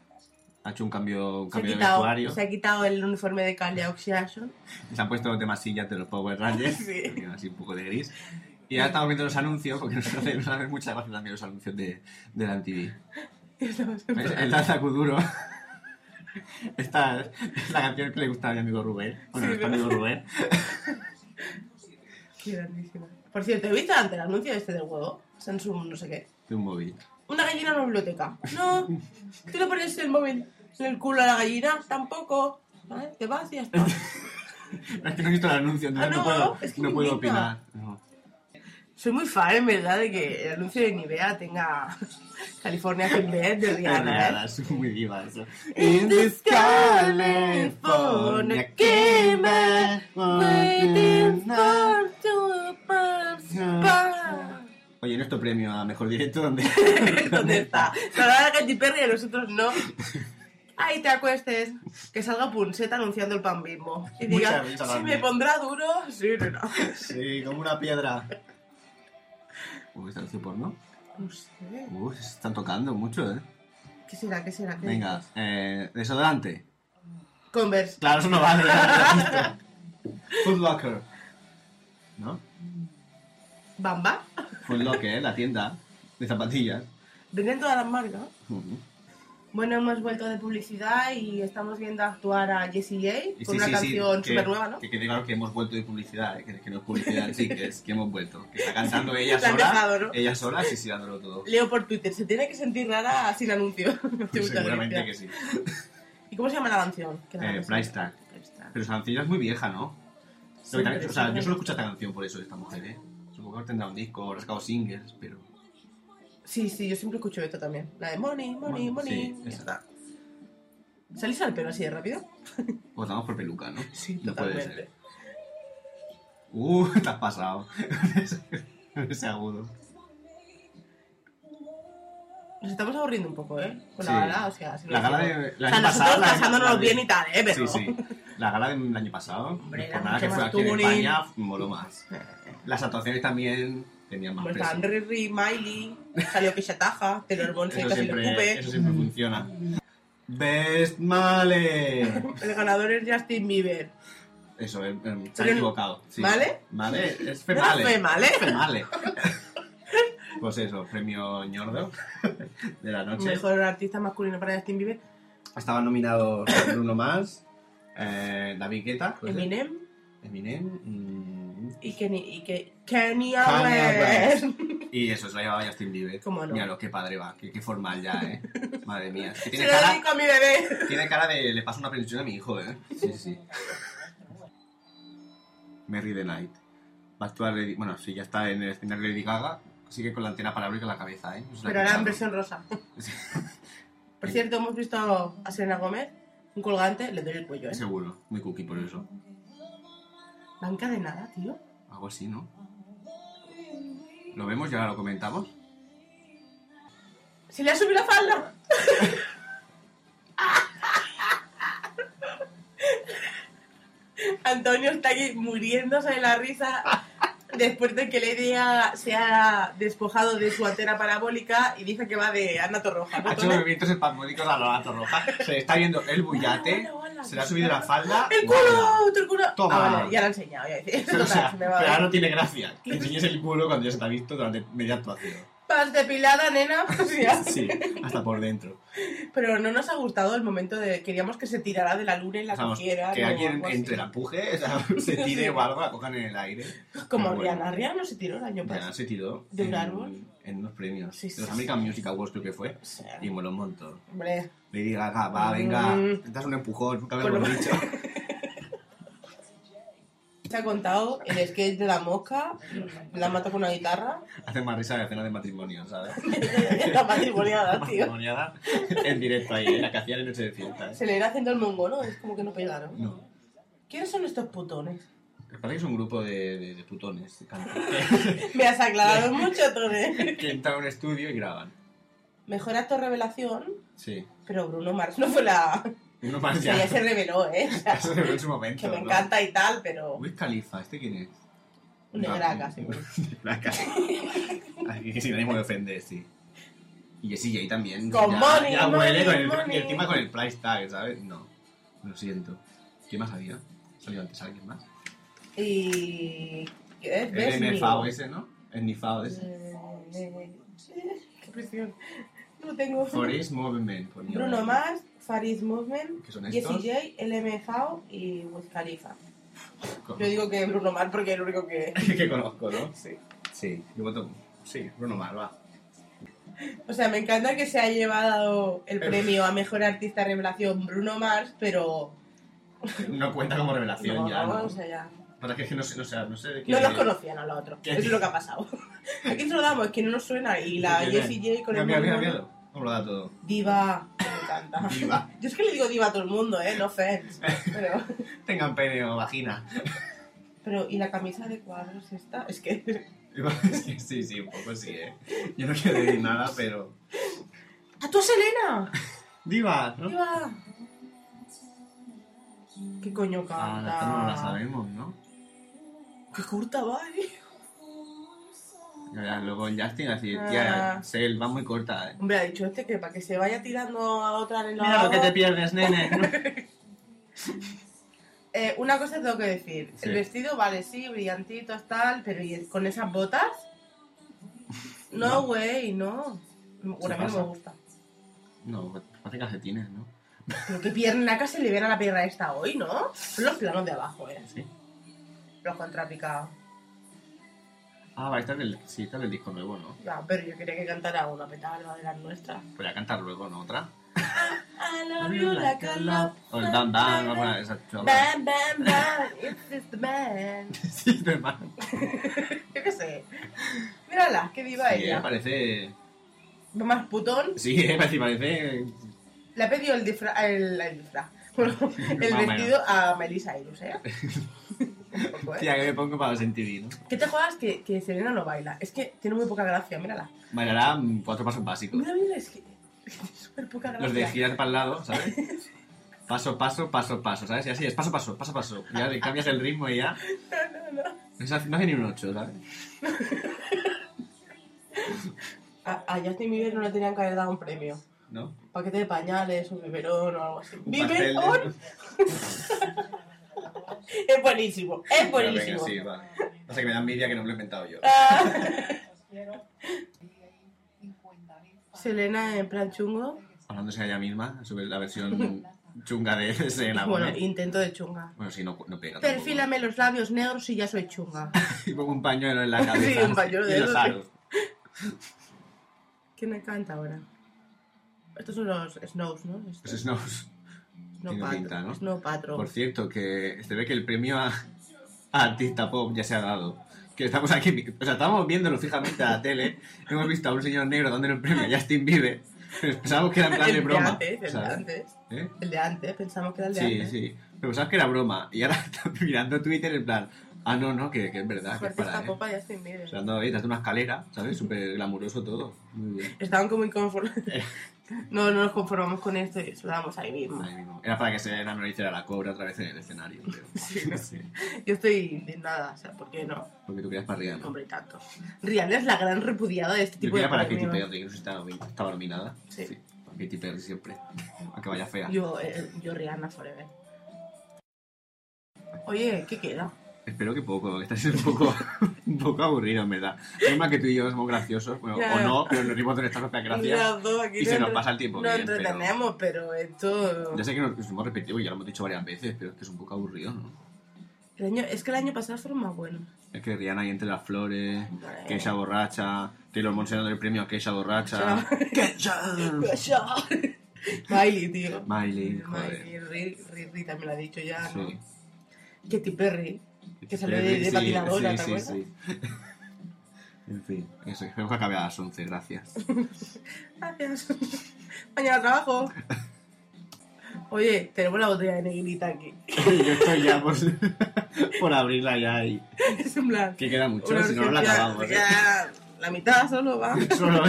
Speaker 2: Ha hecho un cambio, un
Speaker 3: Se ha,
Speaker 2: cambio de
Speaker 3: quitado,
Speaker 2: vestuario.
Speaker 3: se ha quitado el uniforme de Kanye Oxyation.
Speaker 2: Se han puesto los demasillas de los Power Rangers,
Speaker 3: Sí.
Speaker 2: que tienen así un poco de gris. Y ahora estamos viendo los anuncios, porque nos hacen, nos hacen mucha gracia también los anuncios de, de la MTV. El, el Danza Kuduro. Esta es la canción que le gusta a mi amigo Rubén. Bueno,
Speaker 3: Sí,
Speaker 2: nuestro
Speaker 3: pero-
Speaker 2: amigo Rubén.
Speaker 3: Qué grandísima. Por cierto, ¿he visto antes el anuncio este del huevo? Samsung, no sé qué.
Speaker 2: De un móvil.
Speaker 3: Una gallina en una biblioteca. No, tú le pones el móvil en el culo a la gallina, tampoco. ¿Vale? Te vas y ya está.
Speaker 2: No, Es que no he visto el anuncio, entonces
Speaker 3: Ah,
Speaker 2: no,
Speaker 3: no,
Speaker 2: puedo,
Speaker 3: es que
Speaker 2: no
Speaker 3: me
Speaker 2: puedo
Speaker 3: indigna.
Speaker 2: opinar. No.
Speaker 3: Soy muy fan, en verdad, de que el anuncio de Nivea tenga California Finbet de Rihanna, ¿eh?
Speaker 2: Nada, es muy diva eso.
Speaker 3: In this California California, Waiting for two pumps, pumps.
Speaker 2: Oye, nuestro premio a mejor directo, ¿dónde,
Speaker 3: ¿Dónde está? Salvar a Katy Perry y a nosotros no. Ahí te acuestes. Que salga Punset anunciando el pan bimbo. Y
Speaker 2: Mucha
Speaker 3: diga,
Speaker 2: risa
Speaker 3: si
Speaker 2: también".
Speaker 3: me pondrá duro, sí, no, no.
Speaker 2: Sí, como una piedra. Uy, está haciendo porno.
Speaker 3: No sé.
Speaker 2: Uy, se están tocando mucho, ¿eh?
Speaker 3: ¿Qué será? ¿Qué será? ¿Qué
Speaker 2: Venga,
Speaker 3: dices?
Speaker 2: eh, desodorante.
Speaker 3: Converse.
Speaker 2: Claro, eso no vale. ya lo he visto. Foot Locker. ¿No?
Speaker 3: Bamba.
Speaker 2: Foot Locker, la tienda de zapatillas.
Speaker 3: Venden todas las marcas.
Speaker 2: Ujú.
Speaker 3: Bueno, hemos vuelto de publicidad y estamos viendo actuar a Jessie J
Speaker 2: Y
Speaker 3: con
Speaker 2: sí,
Speaker 3: una
Speaker 2: sí, sí,
Speaker 3: canción
Speaker 2: que-
Speaker 3: súper nueva, ¿no?
Speaker 2: Que quede claro que hemos vuelto de publicidad, ¿eh? que, que no es publicidad, sí, que es que hemos vuelto. Que está cantando ella
Speaker 3: la han
Speaker 2: sola.
Speaker 3: dejado, ¿no?
Speaker 2: Ella sola, sí, sí, dándolo todo.
Speaker 3: Leo por Twitter, se tiene que sentir rara sin anuncio. Me hace mucha
Speaker 2: Pues Seguramente
Speaker 3: gracia.
Speaker 2: que sí.
Speaker 3: ¿Y cómo se llama la canción? Que la
Speaker 2: Eh,
Speaker 3: canción-
Speaker 2: Price Tag.
Speaker 3: Price Tag.
Speaker 2: Pero Sancilla es muy vieja, ¿no? Lo que también-
Speaker 3: pero
Speaker 2: o sea,
Speaker 3: siempre-
Speaker 2: yo solo escucho esta canción por eso de esta mujer, ¿eh? Supongo que tendrá un disco, rascado singles, pero...
Speaker 3: Sí, sí, yo siempre escucho esto también. La de Money, Money,
Speaker 2: Money,
Speaker 3: Money.
Speaker 2: sí,
Speaker 3: Ya
Speaker 2: esa.
Speaker 3: está. ¿Salís al pelo así de rápido?
Speaker 2: Votamos pues, por peluca, ¿no?
Speaker 3: Sí,
Speaker 2: no puede
Speaker 3: totalmente.
Speaker 2: ser. Uh, te has pasado. Con ese agudo.
Speaker 3: Nos estamos aburriendo un poco, ¿eh? Con
Speaker 2: Sí.
Speaker 3: la gala, o sea... si
Speaker 2: La
Speaker 3: nos
Speaker 2: gala
Speaker 3: digo-
Speaker 2: de... La
Speaker 3: o sea,
Speaker 2: año
Speaker 3: nosotros
Speaker 2: pasado, la-
Speaker 3: pasándonos
Speaker 2: la de-
Speaker 3: bien y tal, ¿eh? Pero...
Speaker 2: Sí, sí. La gala del año pasado,
Speaker 3: Hombre,
Speaker 2: por
Speaker 3: era
Speaker 2: nada
Speaker 3: mucho
Speaker 2: que fue
Speaker 3: más
Speaker 2: aquí en
Speaker 3: tuning.
Speaker 2: España, moló más. Las actuaciones también tenían más
Speaker 3: Como
Speaker 2: peso.
Speaker 3: estaban Riri, Miley, salió Kishataja, Taylor Bonse
Speaker 2: Eso
Speaker 3: casi lo
Speaker 2: siempre,
Speaker 3: cupe.
Speaker 2: eso siempre funciona. Best Male.
Speaker 3: El ganador es Justin Bieber.
Speaker 2: Eso, eh, eh, se ha
Speaker 3: Pero-
Speaker 2: equivocado. sí.
Speaker 3: ¿Male?
Speaker 2: Male, es
Speaker 3: ¿No
Speaker 2: Female.
Speaker 3: fue mal, eh?
Speaker 2: Female. Pues eso, premio ñordo de la noche.
Speaker 3: Mejor artista masculino para Justin Bieber.
Speaker 2: Estaban nominados Bruno Mars, eh, David Guetta, pues,
Speaker 3: Eminem
Speaker 2: Eminem, mm,
Speaker 3: y Kenny, y que, Kanye
Speaker 2: Kanye
Speaker 3: West.
Speaker 2: y eso, se lo llevaba Justin Bieber.
Speaker 3: ¿Cómo no?
Speaker 2: Mira lo que padre va, qué, qué formal ya, ¿eh? Madre mía. Es que
Speaker 3: Se
Speaker 2: tiene,
Speaker 3: lo
Speaker 2: cara,
Speaker 3: dedico a mi bebé.
Speaker 2: tiene cara de le paso una pensión a mi hijo, ¿eh? Sí, sí. Merry the Night. Va a actuar, Lady- bueno, sí, ya está en el escenario Lady Gaga, sigue con la antena paráblica en la cabeza, ¿eh? No se la
Speaker 3: Pero
Speaker 2: ha
Speaker 3: ahora
Speaker 2: quitado.
Speaker 3: en versión rosa.
Speaker 2: Sí.
Speaker 3: Por cierto, hemos visto a Selena Gómez, un colgante, le doy el cuello, ¿eh?
Speaker 2: Seguro, muy cookie por eso.
Speaker 3: Va encadenada, tío.
Speaker 2: Algo así, ¿no? ¿Lo vemos? ¿Ya lo comentamos?
Speaker 3: ¡Si le ha subido la falda! Antonio está aquí muriéndose de la risa después de que Lady Gaga se ha despojado de su antena parabólica y dice que va de Ana Torroja. ¿no,
Speaker 2: Ha hecho
Speaker 3: Tone?
Speaker 2: movimientos espasmódicos a la lata roja. Se le está viendo el bullate,
Speaker 3: Hola, hola, hola.
Speaker 2: se le ha subido la falda.
Speaker 3: ¡El culo! ¡Otro culo!
Speaker 2: Toma.
Speaker 3: Ah, vale, ya lo he enseñado. Ya dice,
Speaker 2: O sea,
Speaker 3: total, me
Speaker 2: pero
Speaker 3: va a
Speaker 2: ahora
Speaker 3: ver.
Speaker 2: no tiene gracia. Que enseñes el culo cuando ya se te ha visto durante media actuación.
Speaker 3: Paz depilada, nena. O sea,
Speaker 2: Sí, hasta por dentro.
Speaker 3: Pero no nos ha gustado el momento de... Queríamos que se tirara de la luna y la
Speaker 2: O sea,
Speaker 3: cogiera.
Speaker 2: que
Speaker 3: ¿no?
Speaker 2: alguien
Speaker 3: Algo así.
Speaker 2: entre la empuje, o sea, se tire o algo, la cojan en el aire. Pero
Speaker 3: Como
Speaker 2: Ah, bueno.
Speaker 3: Rihanna. Rihanna se tiró el año
Speaker 2: Diana
Speaker 3: pasado.
Speaker 2: se tiró
Speaker 3: ¿De un
Speaker 2: en,
Speaker 3: árbol?
Speaker 2: en unos premios.
Speaker 3: Sí, sí,
Speaker 2: los
Speaker 3: sí.
Speaker 2: American Music Awards creo que fue.
Speaker 3: O sea,
Speaker 2: Y moló un montón.
Speaker 3: hombre...
Speaker 2: Le diga, "Gaga, va, venga,
Speaker 3: Mm.
Speaker 2: te das un empujón, nunca me
Speaker 3: Por
Speaker 2: lo
Speaker 3: lo
Speaker 2: hemos dicho.
Speaker 3: Se ha contado el skate de la mosca, la mata con una guitarra,
Speaker 2: Hace más risa de escenas de matrimonio, ¿sabes?
Speaker 3: la matrimoniada, tío.
Speaker 2: Matrimoniada en directo ahí, en la que hacían en noche de fiesta. ¿eh?
Speaker 3: Se le irá haciendo el mongo, ¿no? Es como que no pegaron.
Speaker 2: No,
Speaker 3: ¿Quiénes son estos putones?
Speaker 2: me parece que es un grupo de, de, de putones
Speaker 3: Me has aclarado mucho, Tone.
Speaker 2: que, que entran a un estudio y graban.
Speaker 3: Mejor acto revelación,
Speaker 2: Sí.
Speaker 3: pero Bruno Mars no fue la...
Speaker 2: Uno
Speaker 3: O
Speaker 2: más
Speaker 3: sea, ya
Speaker 2: ya.
Speaker 3: se reveló, ¿eh? O sea,
Speaker 2: Eso se ve en su momento.
Speaker 3: que me
Speaker 2: ¿no?
Speaker 3: encanta y tal, pero...
Speaker 2: Wiz Khalifa, ¿este quién es?
Speaker 3: Un negraca,
Speaker 2: un-
Speaker 3: seguro.
Speaker 2: un Negraca. Aquí que sin ánimo de ofender, sí. Y Jessie J también.
Speaker 3: Con
Speaker 2: ya,
Speaker 3: money,
Speaker 2: ya
Speaker 3: money,
Speaker 2: huele con el,
Speaker 3: money.
Speaker 2: y encima con el price tag, ¿sabes? No, lo siento. ¿Quién más había? ¿Salió antes alguien más?
Speaker 3: Y... ¿Qué es?
Speaker 2: El
Speaker 3: Bessie.
Speaker 2: NFAO ese, ¿no? El NFAO ese.
Speaker 3: Qué presión. No tengo...
Speaker 2: Forest Movement. ponía
Speaker 3: Bruno
Speaker 2: ahí.
Speaker 3: Mars, Faris Movement,
Speaker 2: ¿Qué son estos?
Speaker 3: Jessie J, LMFAO y Wiz Khalifa.
Speaker 2: Con-
Speaker 3: Yo digo que Bruno Mars porque es el único que...
Speaker 2: que conozco, ¿no?
Speaker 3: Sí.
Speaker 2: Sí. Yo voto... Sí, Bruno Mars, va.
Speaker 3: O sea, me encanta que se haya llevado el
Speaker 2: Eh.
Speaker 3: premio a Mejor Artista Revelación Bruno Mars, pero...
Speaker 2: No cuenta como revelación
Speaker 3: No,
Speaker 2: ya, ¿no?
Speaker 3: o sea, ya.
Speaker 2: Para que es que no sé, no sé, no sé de qué...
Speaker 3: No los conocían a los otros.
Speaker 2: ¿Qué?
Speaker 3: Eso es lo que ha pasado. ¿A quién se lo damos? Es que no nos suena. Y la
Speaker 2: ¿Quién es?
Speaker 3: Jessie J con
Speaker 2: Mira,
Speaker 3: el
Speaker 2: mira, mira,
Speaker 3: mismo-
Speaker 2: míralo. Cómo lo da todo.
Speaker 3: Diva. Me encanta.
Speaker 2: Diva.
Speaker 3: Yo es que le digo diva a todo el mundo, ¿eh? No offense. Pero...
Speaker 2: Tengan pene o vagina.
Speaker 3: Pero, ¿y la camisa de cuadros esta? Es que...
Speaker 2: sí, sí, un poco sí, ¿eh? Yo no quiero decir nada, pero...
Speaker 3: ¡A tú, Selena!
Speaker 2: Diva, ¿no?
Speaker 3: ¡Viva! ¿Qué coño
Speaker 2: Ah,
Speaker 3: canta?
Speaker 2: esta no la sabemos, ¿no?
Speaker 3: ¡Qué curta va, eh!
Speaker 2: Ya, ya, Luego el Justin así,
Speaker 3: Ah.
Speaker 2: tía, Sel, va muy corta, ¿eh?
Speaker 3: Hombre, ha dicho este que para que se vaya tirando a otra en el
Speaker 2: Mira lo
Speaker 3: lavabo.
Speaker 2: que te pierdes, nene.
Speaker 3: Eh, Una cosa tengo que decir.
Speaker 2: Sí.
Speaker 3: El vestido, vale, sí, brillantito, tal, pero ¿y el- con esas botas?
Speaker 2: No.
Speaker 3: No, güey, no. Bueno, a mí no
Speaker 2: pasa?
Speaker 3: me gusta.
Speaker 2: No, parece calcetines, ¿no?
Speaker 3: Pero qué piernaca se le ven a la pierna esta hoy, ¿no? Son los planos de abajo, eh.
Speaker 2: Sí.
Speaker 3: Los contrapicados.
Speaker 2: Ah, va, esta es del, sí, esta es del disco nuevo, ¿no?
Speaker 3: Ya, pero yo quería que cantara una petarda de las nuestras.
Speaker 2: Voy a cantar luego, ¿no? Otra.
Speaker 3: I love you like I love.
Speaker 2: O Oh, el Dan Dan, alguna de esas chorras.
Speaker 3: Bam, bam, bam, it's just the man.
Speaker 2: Sí, es verdad.
Speaker 3: Yo qué sé. Mírala, qué diva
Speaker 2: Sí, eh,
Speaker 3: ella.
Speaker 2: parece...
Speaker 3: Más putón.
Speaker 2: Sí, eh, parece... parece...
Speaker 3: Le ha pedido el disfraz. El, el disfraz. Bueno, el
Speaker 2: Más o
Speaker 3: vestido a Melissa Cyrus, ¿eh? Un poco, ¿eh?
Speaker 2: Tía, que me pongo para sentir, ¿no?
Speaker 3: ¿Qué te juegas que, que Selena no baila? Es que tiene muy poca gracia, mírala.
Speaker 2: Bailará mm, cuatro pasos básicos.
Speaker 3: Mira, mira, es que. es que tiene Súper poca gracia.
Speaker 2: Los de girar para el lado, ¿sabes? Paso, paso, paso, paso, ¿sabes? Y así es, paso, paso, paso, paso. Ya le cambias el ritmo y ya. No, se hace- no hace ni un 8, ¿sabes?
Speaker 3: A, a Justin Bieber no le tenían que haber dado un premio.
Speaker 2: ¿No?
Speaker 3: paquete de pañales, un biberón o algo así.
Speaker 2: Pastel de-
Speaker 3: ¡Biberón! es buenísimo, es
Speaker 2: Pero venga,
Speaker 3: buenísimo.
Speaker 2: sí, vale. O sea que me da envidia que no me lo he inventado yo.
Speaker 3: Ah. Selena
Speaker 5: Selena
Speaker 3: en plan chungo.
Speaker 2: Hablándose a ella misma, sobre la versión chunga de de Selena
Speaker 3: Bueno,
Speaker 2: Gomez.
Speaker 3: intento de chunga.
Speaker 2: Bueno, sí, no, no pega. tampoco.
Speaker 3: Perfílame los labios negros y ya soy chunga.
Speaker 2: Y pongo un pañuelo en la cabeza.
Speaker 3: Sí, un pañuelo de
Speaker 2: y los
Speaker 3: esos.
Speaker 2: aros.
Speaker 3: ¿Quién me canta ahora? Estos son los Snows, ¿no? Estos.
Speaker 2: Los snows. Pues
Speaker 3: Snow,
Speaker 2: tiene
Speaker 3: Patro,
Speaker 2: pinta, ¿no?
Speaker 3: Snow Patrol.
Speaker 2: Por cierto, que se ve que el premio a, a artista pop ya se ha dado. Que estamos aquí, o sea, estábamos viéndolo fijamente a la tele. Hemos visto a un señor negro dándole el premio a Justin Bieber. Pero pensábamos que era en plan de
Speaker 3: el de
Speaker 2: broma.
Speaker 3: antes, el de
Speaker 2: ¿sabes?
Speaker 3: antes.
Speaker 2: ¿Eh?
Speaker 3: El de antes, pensamos que era el de
Speaker 2: Sí,
Speaker 3: antes.
Speaker 2: sí. Pero pensábamos que era broma. Y ahora está mirando Twitter en plan, ah, no, no, que, que es verdad, que es
Speaker 3: Fuerte
Speaker 2: para.
Speaker 3: esta
Speaker 2: él.
Speaker 3: popa ya estoy mire.
Speaker 2: O sea, ando ahí, date una escalera, ¿sabes? Súper glamuroso todo. Muy bien.
Speaker 3: Estaban como inconformes.
Speaker 2: Eh.
Speaker 3: no, no nos conformamos con esto y eso lo damos ahí mismo.
Speaker 2: Ahí mismo. Era para que se analizara la cobra otra vez en el escenario. creo. Sí.
Speaker 3: Yo estoy indignada, o sea, ¿por qué no?
Speaker 2: Porque tú querías para Rihanna.
Speaker 3: Hombre, y tanto. Rihanna es la gran repudiada de este
Speaker 2: Yo
Speaker 3: tipo
Speaker 2: quería
Speaker 3: de
Speaker 2: para Katy
Speaker 3: premios.
Speaker 2: Perry, que no sé si estaba, nomi- estaba nominada.
Speaker 3: Sí.
Speaker 2: para Katy Perry siempre. Aunque vaya fea.
Speaker 3: Yo, eh, yo Rihanna forever. Oye, ¿qué queda?
Speaker 2: Espero que poco, que estás un poco, un poco aburrido, en verdad. Es más que tú y yo somos graciosos, bueno,
Speaker 3: Ya.
Speaker 2: o no, pero nos rimos de nuestras propias gracias.
Speaker 3: Las dos aquí
Speaker 2: Y se
Speaker 3: no
Speaker 2: nos pasa el tiempo
Speaker 3: Nos
Speaker 2: bien, pero-
Speaker 3: entretenemos, pero, esto...
Speaker 2: Ya sé que nos, nos hemos repetido, y ya lo hemos dicho varias veces, pero es que es un poco aburrido, ¿no?
Speaker 3: El año- es que el año pasado fueron más buenos.
Speaker 2: Es que Rihanna ahí entre las flores,
Speaker 3: Hombre.
Speaker 2: Keisha borracha, Taylor Monsen dando el premio a Keisha borracha. Keisha.
Speaker 3: Pues Miley, tío.
Speaker 2: Mm. Miley, joder.
Speaker 3: Miley, Ri- Ri- Ri también lo ha dicho ya, ¿no?
Speaker 2: Sí.
Speaker 3: Katy Perry. Que salió de- de patinadora, ¿te acuerdas?
Speaker 2: En fin, eso, espero que acabe a las 11, gracias.
Speaker 3: Gracias. Mañana trabajo. Oye, tenemos la botella de negrita aquí.
Speaker 2: Yo estoy ya por, por abrirla ya y
Speaker 3: Es en plan.
Speaker 2: que queda mucho,
Speaker 3: una
Speaker 2: si no no la
Speaker 3: urgencia,
Speaker 2: acabamos. ¿eh?
Speaker 3: ya, La mitad solo va.
Speaker 2: Solo-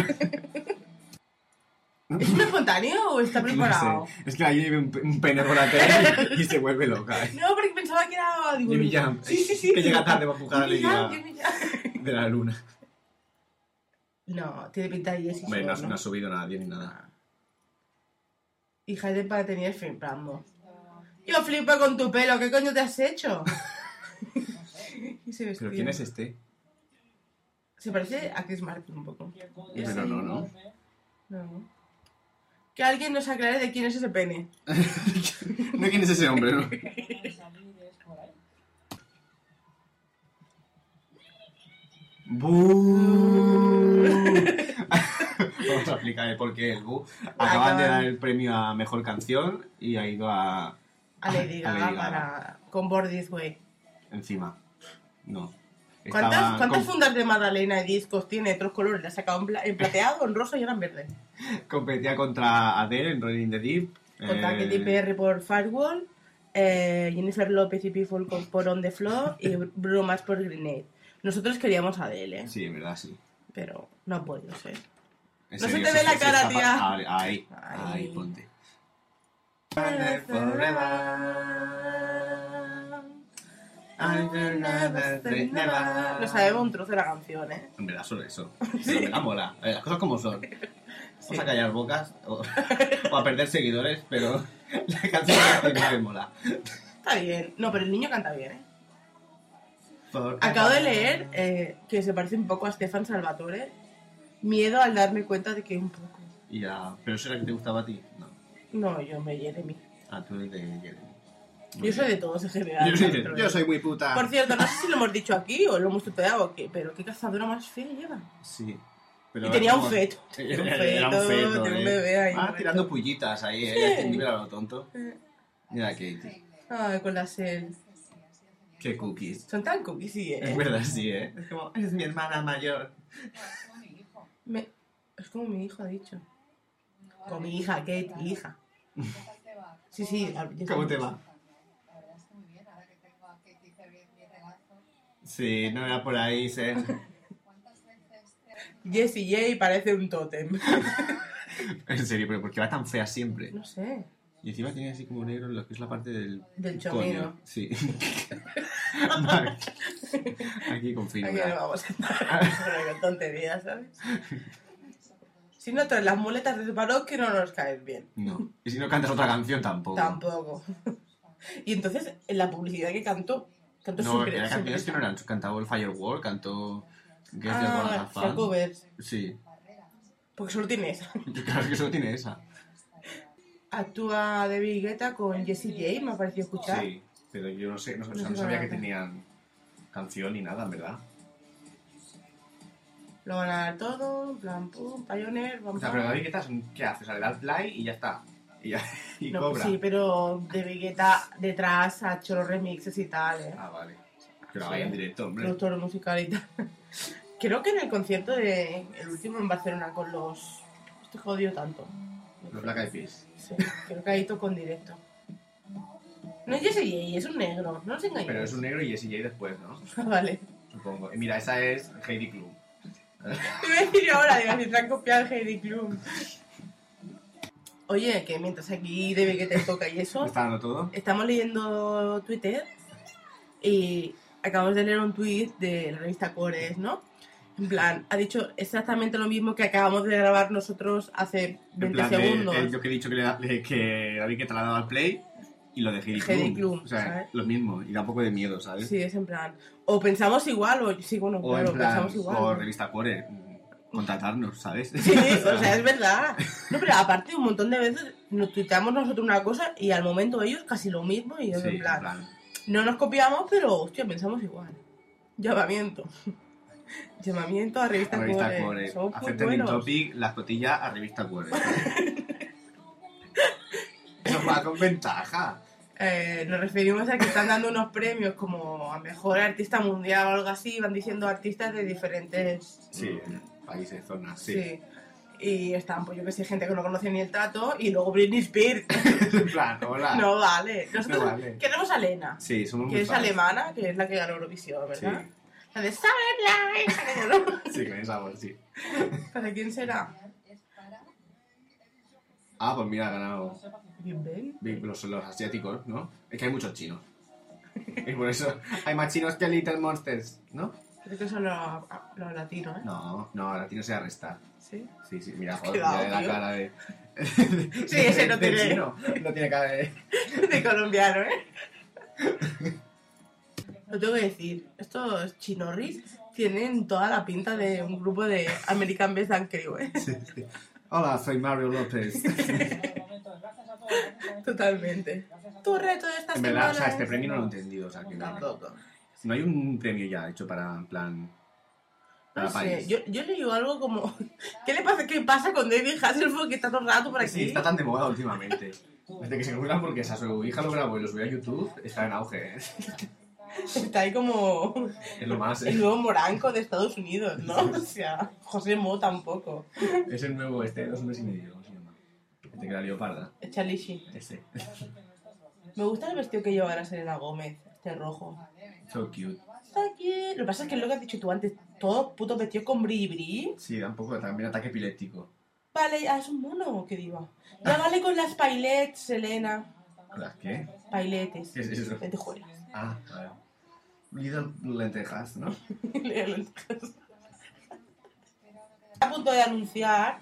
Speaker 3: ¿Es un espontáneo o está preparado?
Speaker 2: no sé, es que ahí vive un, pe- un pene por la tele y se vuelve loca. ¿eh?
Speaker 3: No, porque pensaba que era. digo,
Speaker 2: Jimmy Jam,
Speaker 3: Sí, sí, sí.
Speaker 2: que llega tarde para empujar a
Speaker 3: Jimmy Jam,
Speaker 2: Lady
Speaker 3: Jimmy Jam.
Speaker 2: de la luna.
Speaker 3: No, tiene pinta de Jessie
Speaker 2: Hombre, no,
Speaker 3: Shore,
Speaker 2: no ha subido nadie ni nada.
Speaker 3: Y Hayden para tener fin, Prambo. Yo flipo con tu pelo, ¿qué coño te has hecho? y se vestía.
Speaker 2: ¿Pero quién es este?
Speaker 3: Se parece a Chris Martin un poco. Y
Speaker 2: Pero
Speaker 3: así,
Speaker 2: no, no.
Speaker 3: no. Que alguien nos aclare de quién es ese pene.
Speaker 2: No, ¿Quién es ese hombre? no? ¡Bú! Vamos a explicar el por qué el bu. Acaban de dar el premio a mejor canción y ha ido a.
Speaker 3: A Lady
Speaker 2: A
Speaker 3: Gaga,
Speaker 2: Lady
Speaker 3: para... con Born This Way.
Speaker 2: encima. No.
Speaker 3: ¿Cuántas,
Speaker 2: Estaba
Speaker 3: cuántas
Speaker 2: com-
Speaker 3: fundas de Madalena y discos tiene de otros colores? ¿La ha sacado en, pla- en plateado, en rosa y ahora en verde?
Speaker 2: competía contra Adele en Rolling in the Deep.
Speaker 3: Contra
Speaker 2: eh,
Speaker 3: Katy Perry por Firewall, eh, Jennifer López y People con- por On the Floor y Bruno Mars por Grenade. Nosotros queríamos a Adele, ¿eh?
Speaker 2: Sí, en verdad, sí.
Speaker 3: pero no ha podido ser.
Speaker 2: En
Speaker 3: No se te ve la cara,
Speaker 2: escapa-
Speaker 3: tía.
Speaker 2: Ahí, ahí,
Speaker 3: Ay.
Speaker 2: ahí, ponte.
Speaker 3: No sabemos un trozo de la canción, ¿eh?
Speaker 2: En verdad, solo eso. Pero me la mola. A ver, las cosas como son. Vamos a callar bocas o, o a perder seguidores, pero la canción no me mola.
Speaker 3: Está bien. No, pero el niño canta bien, ¿eh? Acabo de leer eh, que se parece un poco a Stefan Salvatore. Miedo al darme cuenta de que un poco.
Speaker 2: Y a- ¿Pero eso era que te gustaba a ti? No.
Speaker 3: No, yo me Jeremy.
Speaker 2: Ah, tú eres de Jeremy.
Speaker 3: Yo soy de todos en general.
Speaker 2: Yo soy,
Speaker 3: pero-
Speaker 2: de- yo soy muy puta.
Speaker 3: Por cierto, no sé si lo hemos dicho aquí o lo hemos tuteado o qué, pero qué cazadora más fea lleva.
Speaker 2: Sí. Pero
Speaker 3: Y tenía
Speaker 2: como-
Speaker 3: un feto.
Speaker 2: Era
Speaker 3: Un
Speaker 2: era un
Speaker 3: feto,
Speaker 2: feto.
Speaker 3: tenía un
Speaker 2: eh.
Speaker 3: bebé ahí,
Speaker 2: Ah,
Speaker 3: muerto.
Speaker 2: tirando pullitas ahí, eh. Justin Bieber a lo tonto. Mira, Katie.
Speaker 3: Ay, con las él.
Speaker 2: Qué cookies.
Speaker 3: Son tan cookies, sí, eh.
Speaker 2: Es verdad, sí, ¿eh? Es como, eres mi hermana mayor.
Speaker 3: Me- Es como mi hijo ha dicho. Con mi hija, Kate, mi hija. Sí, sí. a- yo
Speaker 2: ¿Cómo
Speaker 3: también.
Speaker 2: te va?
Speaker 5: La verdad es que muy bien, ahora que tengo a Katy Perry en mi regazo.
Speaker 2: Sí, no era por ahí, sé.
Speaker 5: ¿Cuántas veces te has
Speaker 3: Jessie J parece un tótem.
Speaker 2: En serio, pero ¿por qué va tan fea siempre?
Speaker 3: No sé.
Speaker 2: Y encima tiene así como negro en lo que es la parte del...
Speaker 3: Del
Speaker 2: coño.
Speaker 3: chomino.
Speaker 2: Sí. Vale. Aquí con
Speaker 3: Aquí no
Speaker 2: finura. Ah.
Speaker 3: vamos a estar con tonterías, ¿sabes? Si no traes las muletas de ese parón, que no nos caes bien.
Speaker 2: No. Y si no cantas otra canción tampoco.
Speaker 3: Tampoco. y entonces, en la publicidad que cantó, cantó
Speaker 2: No,
Speaker 3: siempre.
Speaker 2: eran
Speaker 3: siempre
Speaker 2: canciones que no eran. Cantó el Firewall, cantó Get the Ball and
Speaker 3: Ah,
Speaker 2: Have
Speaker 3: son
Speaker 2: Fun.
Speaker 3: covers.
Speaker 2: Sí.
Speaker 3: Porque solo tiene esa.
Speaker 2: Claro es que solo tiene esa.
Speaker 3: Actúa David Guetta con Jessie J, me ha parecido escuchar.
Speaker 2: Sí, pero yo no sé, no, o sea,
Speaker 3: No
Speaker 2: no
Speaker 3: sé
Speaker 2: sabía
Speaker 3: nada.
Speaker 2: que tenían canción ni nada, en verdad.
Speaker 3: Lo van a dar todo, en plan, pum, Pioneer,
Speaker 2: O
Speaker 3: vamos
Speaker 2: sea, pero David Guetta, es un- ¿qué hace? O sea, le da play y ya está. Y, ya- y
Speaker 3: No, pues
Speaker 2: cobra.
Speaker 3: Sí, pero David Guetta detrás ha hecho los remixes y tal, ¿eh?
Speaker 2: Ah, vale. Que lo
Speaker 3: Sí.
Speaker 2: haga en directo, hombre.
Speaker 3: productor musical y tal. Creo que en el concierto de el último en Barcelona con los. Este jodido tanto.
Speaker 2: Los Black Eyed Peas.
Speaker 3: Sí, creo que ahí tocó en directo. No es Jesse J, es un negro, no os engañéis.
Speaker 2: Pero es un negro y Jessie J después, ¿no?
Speaker 3: Vale.
Speaker 2: Supongo. Y mira, esa es Heidi Klum.
Speaker 3: Te voy a decir yo ahora, digo, si te han copiado el Heidi Klum. Oye, que mientras aquí debe que te toca y eso,
Speaker 2: ¿Me está dando todo?
Speaker 3: estamos leyendo Twitter y acabamos de leer un tweet de la revista Cores, ¿no? En plan, ha dicho exactamente lo mismo que acabamos de grabar nosotros hace 20
Speaker 2: En plan, de-
Speaker 3: segundos.
Speaker 2: de- yo que he dicho que, le da- de que David Guetta le ha dado al play y lo de Heidi Klum.
Speaker 3: Heidi Klum,
Speaker 2: O sea,
Speaker 3: ¿sabes?
Speaker 2: lo mismo. Y da un poco de miedo, ¿sabes?
Speaker 3: Sí, es en plan. O pensamos igual, o sí, bueno,
Speaker 2: O
Speaker 3: claro,
Speaker 2: en plan,
Speaker 3: pensamos igual.
Speaker 2: o
Speaker 3: ¿no?
Speaker 2: revista Core, contratarnos, ¿sabes?
Speaker 3: Sí, o sea, es verdad. No, pero aparte, un montón de veces nos tuitamos nosotros una cosa y al momento ellos casi lo mismo. Y es
Speaker 2: Sí,
Speaker 3: en plan, no nos copiamos, pero hostia, pensamos igual. Llamamiento. Llamamiento a revista,
Speaker 2: A revista
Speaker 3: Core.
Speaker 2: Core.
Speaker 3: Somos muy
Speaker 2: Hacer trending
Speaker 3: buenos.
Speaker 2: topic, las cotillas a revista Core. Eso va con ventaja.
Speaker 3: Eh, nos referimos a que están dando unos premios como a mejor artista mundial o algo así. Van diciendo artistas de diferentes
Speaker 2: Sí, en países, zonas, sí.
Speaker 3: Sí. Y están, pues yo que sé, gente que no conoce ni el trato. Y luego Britney Spears.
Speaker 2: en plan, hola.
Speaker 3: no vale. Nosotros
Speaker 2: No vale.
Speaker 3: queremos a Lena,
Speaker 2: Sí, somos
Speaker 3: que
Speaker 2: muy
Speaker 3: es
Speaker 2: fans.
Speaker 3: alemana, que es la que ganó Eurovisión,
Speaker 2: Sí,
Speaker 3: ¿verdad? La de Summertime, esa que ganó.
Speaker 2: sí, con esa voz, sí.
Speaker 3: ¿Para quién será?
Speaker 2: Ah, pues mira, ha ganado
Speaker 3: Big Ben.
Speaker 2: Big- los, los asiáticos, ¿no? Es que hay muchos chinos. Y por eso hay más chinos que Little Monsters, ¿no?
Speaker 3: Creo que son los, los latinos, ¿eh?
Speaker 2: No, no, ahora tiene se arrestar.
Speaker 3: Sí.
Speaker 2: Sí, sí, mira,
Speaker 3: Has
Speaker 2: joder, mira
Speaker 3: quedado,
Speaker 2: la
Speaker 3: tío.
Speaker 2: cara de.
Speaker 3: Sí, ese no
Speaker 2: de
Speaker 3: tiene-
Speaker 2: chino. No tiene cara de.
Speaker 3: De colombiano, ¿eh? Lo tengo que decir, estos chinorris tienen toda la pinta de un grupo de American Best and Crew, ¿eh?
Speaker 2: Hola, soy Mario López.
Speaker 3: Totalmente. Tu reto de esta
Speaker 2: En
Speaker 3: semana
Speaker 2: verdad, o sea, este
Speaker 3: es-
Speaker 2: premio no lo he entendido. O sea, que no,
Speaker 3: Tampoco.
Speaker 2: no hay un premio ya hecho para, en plan, para
Speaker 3: No sé,
Speaker 2: país.
Speaker 3: yo, yo le digo algo como... ¿Qué le pasa, qué pasa con David Hasselhoff que está todo el rato por aquí?
Speaker 2: Sí, está tan de moda últimamente. Desde que se comió porque a su hija lo grabó y lo subió a YouTube, está en auge, ¿eh?
Speaker 3: Está ahí como
Speaker 2: Es lo más,
Speaker 3: el
Speaker 2: ¿eh?
Speaker 3: nuevo Moranco de Estados Unidos, ¿no? O sea, José Mo tampoco.
Speaker 2: Es el nuevo este de dos hombres y medio, ¿cómo se llama? Este que la lió parda.
Speaker 3: Charlie Sheen.
Speaker 2: Este.
Speaker 3: Me gusta el vestido que lleva la Selena Gómez, este rojo.
Speaker 2: So cute.
Speaker 3: Está aquí. Lo que pasa es que es lo que has dicho tú antes, todo puto vestido con brilli brilli.
Speaker 2: Sí, da un poco también ataque epiléptico.
Speaker 3: Vale, ya es un mono, que digo. Ya vale con las pailets, Selena.
Speaker 2: ¿Las qué?
Speaker 3: Pailetes.
Speaker 2: ¿Qué es eso?
Speaker 3: Lentejuelas.
Speaker 2: Ah, vale. Little lentejas, ¿no?
Speaker 3: a punto de anunciar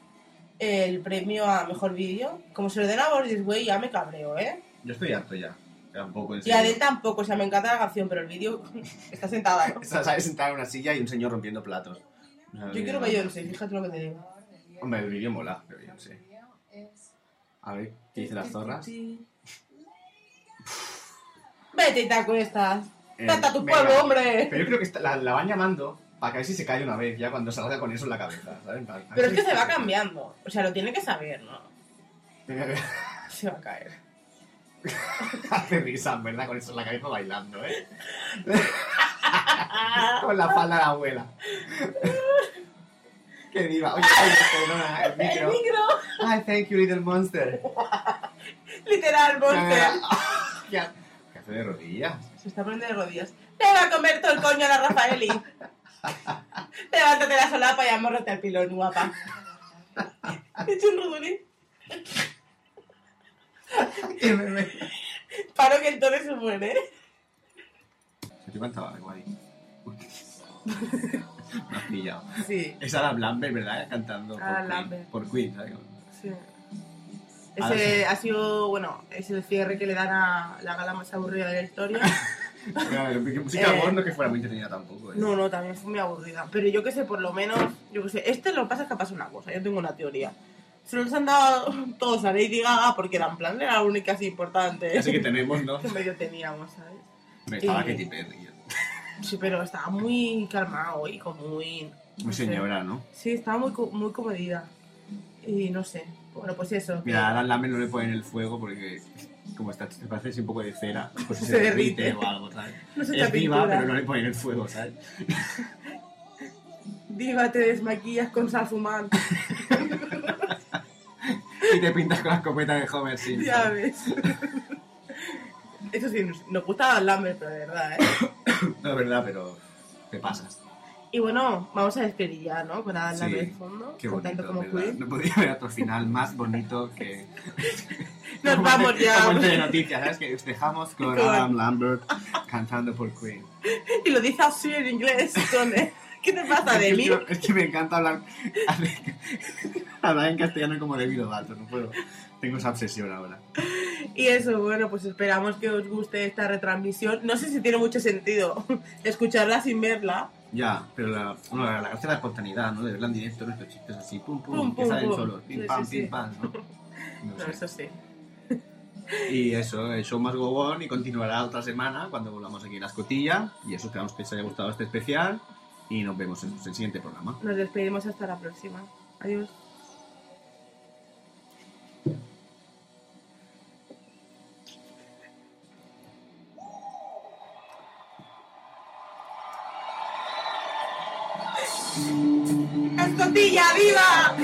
Speaker 3: el premio a mejor vídeo. Como se lo den a Boris Way, ya me cabreo, ¿eh?
Speaker 2: Yo estoy harto ya. Tampoco en
Speaker 3: Y a él tampoco, o sea, me encanta la canción, pero el vídeo está sentada, ¿no?
Speaker 2: Está ¿sabes? sentada en una silla y un señor rompiendo platos.
Speaker 3: Yo quiero Beyoncé, fíjate lo que te digo.
Speaker 2: Hombre, el vídeo mola, pero Beyoncé. A ver, ¿qué dice las zorras?
Speaker 3: Vete y te acuestas.
Speaker 2: Eh,
Speaker 3: Trata a tu
Speaker 2: venga.
Speaker 3: pueblo, hombre.
Speaker 2: Pero yo creo que está- la, la van llamando para que a ver si se cae una vez ya cuando salga con eso en la cabeza, ¿sabes? En plan, a ver
Speaker 3: Pero es
Speaker 2: si-
Speaker 3: que se va cambiando. O sea, lo tiene que saber, ¿no? Se va a caer.
Speaker 2: Hace risa, ¿verdad? Con eso en la cabeza bailando, ¿eh? con la falda de la abuela. Qué diva. Oye, oye, perdona, el
Speaker 3: El
Speaker 2: micro.
Speaker 3: micro,
Speaker 2: Ay, thank you, little monster.
Speaker 3: literal, Monster.
Speaker 2: Ah. ¿Qué hace? ¿Qué hace de rodillas?
Speaker 3: Se está poniendo de rodillas. ¡Te va a comer todo el coño a la Rafaeli! Levántate la solapa y amórrate al pilón, guapa. He hecho un rudulín. Paro que el toro se muere.
Speaker 2: Se te cantaba algo ahí. Me has pillado.
Speaker 3: Sí,
Speaker 2: Es Adam Lambert, ¿verdad? Cantando por,
Speaker 3: Adam
Speaker 2: Queen,
Speaker 3: Ah, Lambert.
Speaker 2: por Queen, ¿sabes?
Speaker 3: sí.
Speaker 2: A ver, sí.
Speaker 3: Ese ha sido, bueno, es el cierre que le dan a la gala más aburrida de la historia.
Speaker 2: Claro, porque música
Speaker 3: Eh.
Speaker 2: porno que fuera muy entretenida tampoco, ¿eh?
Speaker 3: No, no, también fue muy aburrida. Pero yo que sé, por lo menos, yo que sé, este lo que pasa es que pasa una cosa, yo tengo una teoría. Se los han dado todos a Lady Gaga porque era en plan, era la única así importante
Speaker 2: Así que tenemos, ¿no?
Speaker 3: que medio teníamos, ¿sabes?
Speaker 2: Me estaba
Speaker 3: Eh.
Speaker 2: Katy Perry.
Speaker 3: Sí, pero estaba muy calmado y como muy... no
Speaker 2: Muy
Speaker 3: sé.
Speaker 2: señora, ¿no?
Speaker 3: Sí, estaba muy, co- muy comedida. Y no sé. Bueno, pues eso. que-
Speaker 2: Mira, a Adam Lambert no le ponen el fuego porque como está, te parece así un poco de cera, pues
Speaker 3: Se
Speaker 2: se,
Speaker 3: derrite.
Speaker 2: derrite. o algo, ¿sabes?
Speaker 3: No se echa
Speaker 2: es viva,
Speaker 3: pintura.
Speaker 2: pero no le ponen el fuego, ¿sabes?
Speaker 3: Diva, te desmaquillas con salfumante.
Speaker 2: Y te pintas con las copetas de Homer Simpson.
Speaker 3: ya ves. Eso sí, nos, nos gustaba el Lambert, pero de verdad, ¿eh?
Speaker 2: No es verdad, pero te pasas.
Speaker 3: Y bueno, vamos a despedir ya, ¿no? Con Adam
Speaker 2: Sí,
Speaker 3: Lambert de fondo.
Speaker 2: Qué
Speaker 3: con
Speaker 2: bonito,
Speaker 3: tanto como
Speaker 2: ¿verdad?
Speaker 3: Queen.
Speaker 2: No podía haber otro final más bonito que...
Speaker 3: Nos vamos ya.
Speaker 2: Como de noticias, ¿sabes? Que os dejamos con
Speaker 3: Con-
Speaker 2: Adam Lambert cantando por Queen.
Speaker 3: Y lo dice así en inglés, John, ¿eh? ¿Qué te pasa de
Speaker 2: Es que
Speaker 3: mí?
Speaker 2: yo- Es que me encanta hablar, hablar en castellano como de Vilo Dato, no puedo. Tengo esa obsesión ahora.
Speaker 3: Y eso, bueno, pues esperamos que os guste esta retransmisión. No sé si tiene mucho sentido escucharla sin verla.
Speaker 2: Ya, pero la, no, la, la gracia es la espontaneidad, ¿no? De verla en directo, nuestros chistes así, pum, pum,
Speaker 3: Pum,
Speaker 2: que
Speaker 3: pum,
Speaker 2: salen
Speaker 3: pum.
Speaker 2: solos, pim,
Speaker 3: Sí,
Speaker 2: pam,
Speaker 3: sí,
Speaker 2: pim,
Speaker 3: sí.
Speaker 2: pam, ¿no? No
Speaker 3: No,
Speaker 2: sé.
Speaker 3: eso sí.
Speaker 2: Y eso, el show más go on y continuará otra semana cuando volvamos aquí en la escotilla. Y eso, esperamos que os haya gustado este especial y nos vemos en el siguiente programa.
Speaker 3: Nos despedimos hasta la próxima. Adiós. ¡Escotilla, viva!